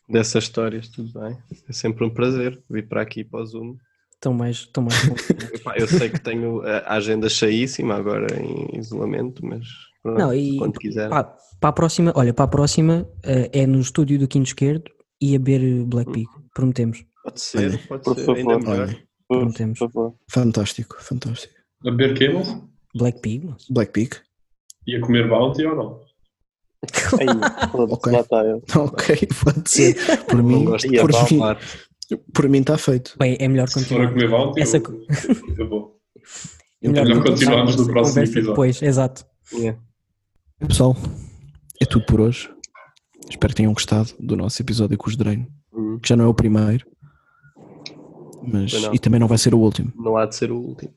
S4: Dessas histórias, tudo bem. É sempre um prazer vir para aqui para o Zoom.
S2: Estão mais. Estão mais
S4: Epá, eu sei que tenho a a agenda cheíssima agora em isolamento, mas pronto,
S2: Não, e-
S4: quando quiser.
S2: Pá, para a próxima, olha, para a próxima eh, é no estúdio do Quinto Esquerdo e a beber Blackpig, prometemos.
S4: Pode ser,
S3: Olha.
S4: pode
S5: Por
S4: ser.
S5: favor.
S4: Ainda melhor.
S3: Olhem,
S5: Por
S2: Prometemos.
S5: favor.
S3: fantástico, fantástico.
S1: A beber Camels
S2: Blackpig, mas...
S3: Blackpink?
S1: e a comer Bounty ou não?
S5: Aí,
S3: Ok.
S5: lá está eu.
S3: Ok, pode ser. Por
S4: Não
S3: mim,
S4: gosto de
S3: por mim,
S4: apalpar.
S3: por mim está feito.
S2: Bem, é melhor
S1: Se for a
S2: continuar.
S1: comer Bounty,
S2: Essa
S1: eu, eu vou. Melhor continuarmos no
S2: essa
S1: próximo
S2: conversa
S1: episódio.
S2: Depois, exato.
S3: Pessoal, é tudo por hoje. Espero que tenham gostado do nosso episódio com os Drain,
S4: Hum,
S3: que já não é o primeiro, mas
S4: Pois não.
S3: e também não vai ser o último.
S4: Não há de ser o último.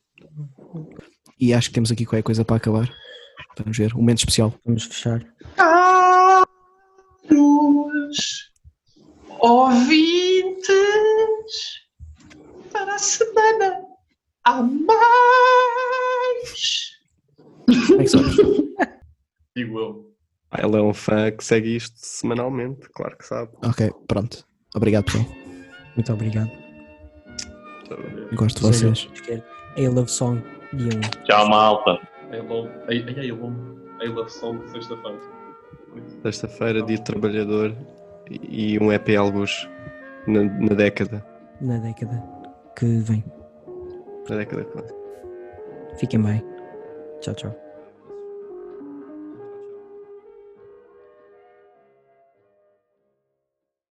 S3: E acho que temos aqui qualquer coisa para acabar. Vamos ver, um momento especial.
S2: Vamos fechar.
S6: Caros ouvintes, para a semana há mais.
S3: Como é que sabes?
S1: Digo eu.
S4: Ah, Ele é um fã que segue isto semanalmente, claro que sabe.
S3: ok, pronto. Obrigado, pessoal.
S2: Muito obrigado.
S3: Gosto de vocês.
S2: A Love Song dia 1.
S7: Tchau, malta.
S1: I love. I, I, I love. I love song de sexta-feira.
S4: Sexta-feira, dia do trabalhador e e um EP alguns na, na década.
S2: na década que vem.
S4: Na década que vem.
S2: Fiquem bem. Tchau, tchau.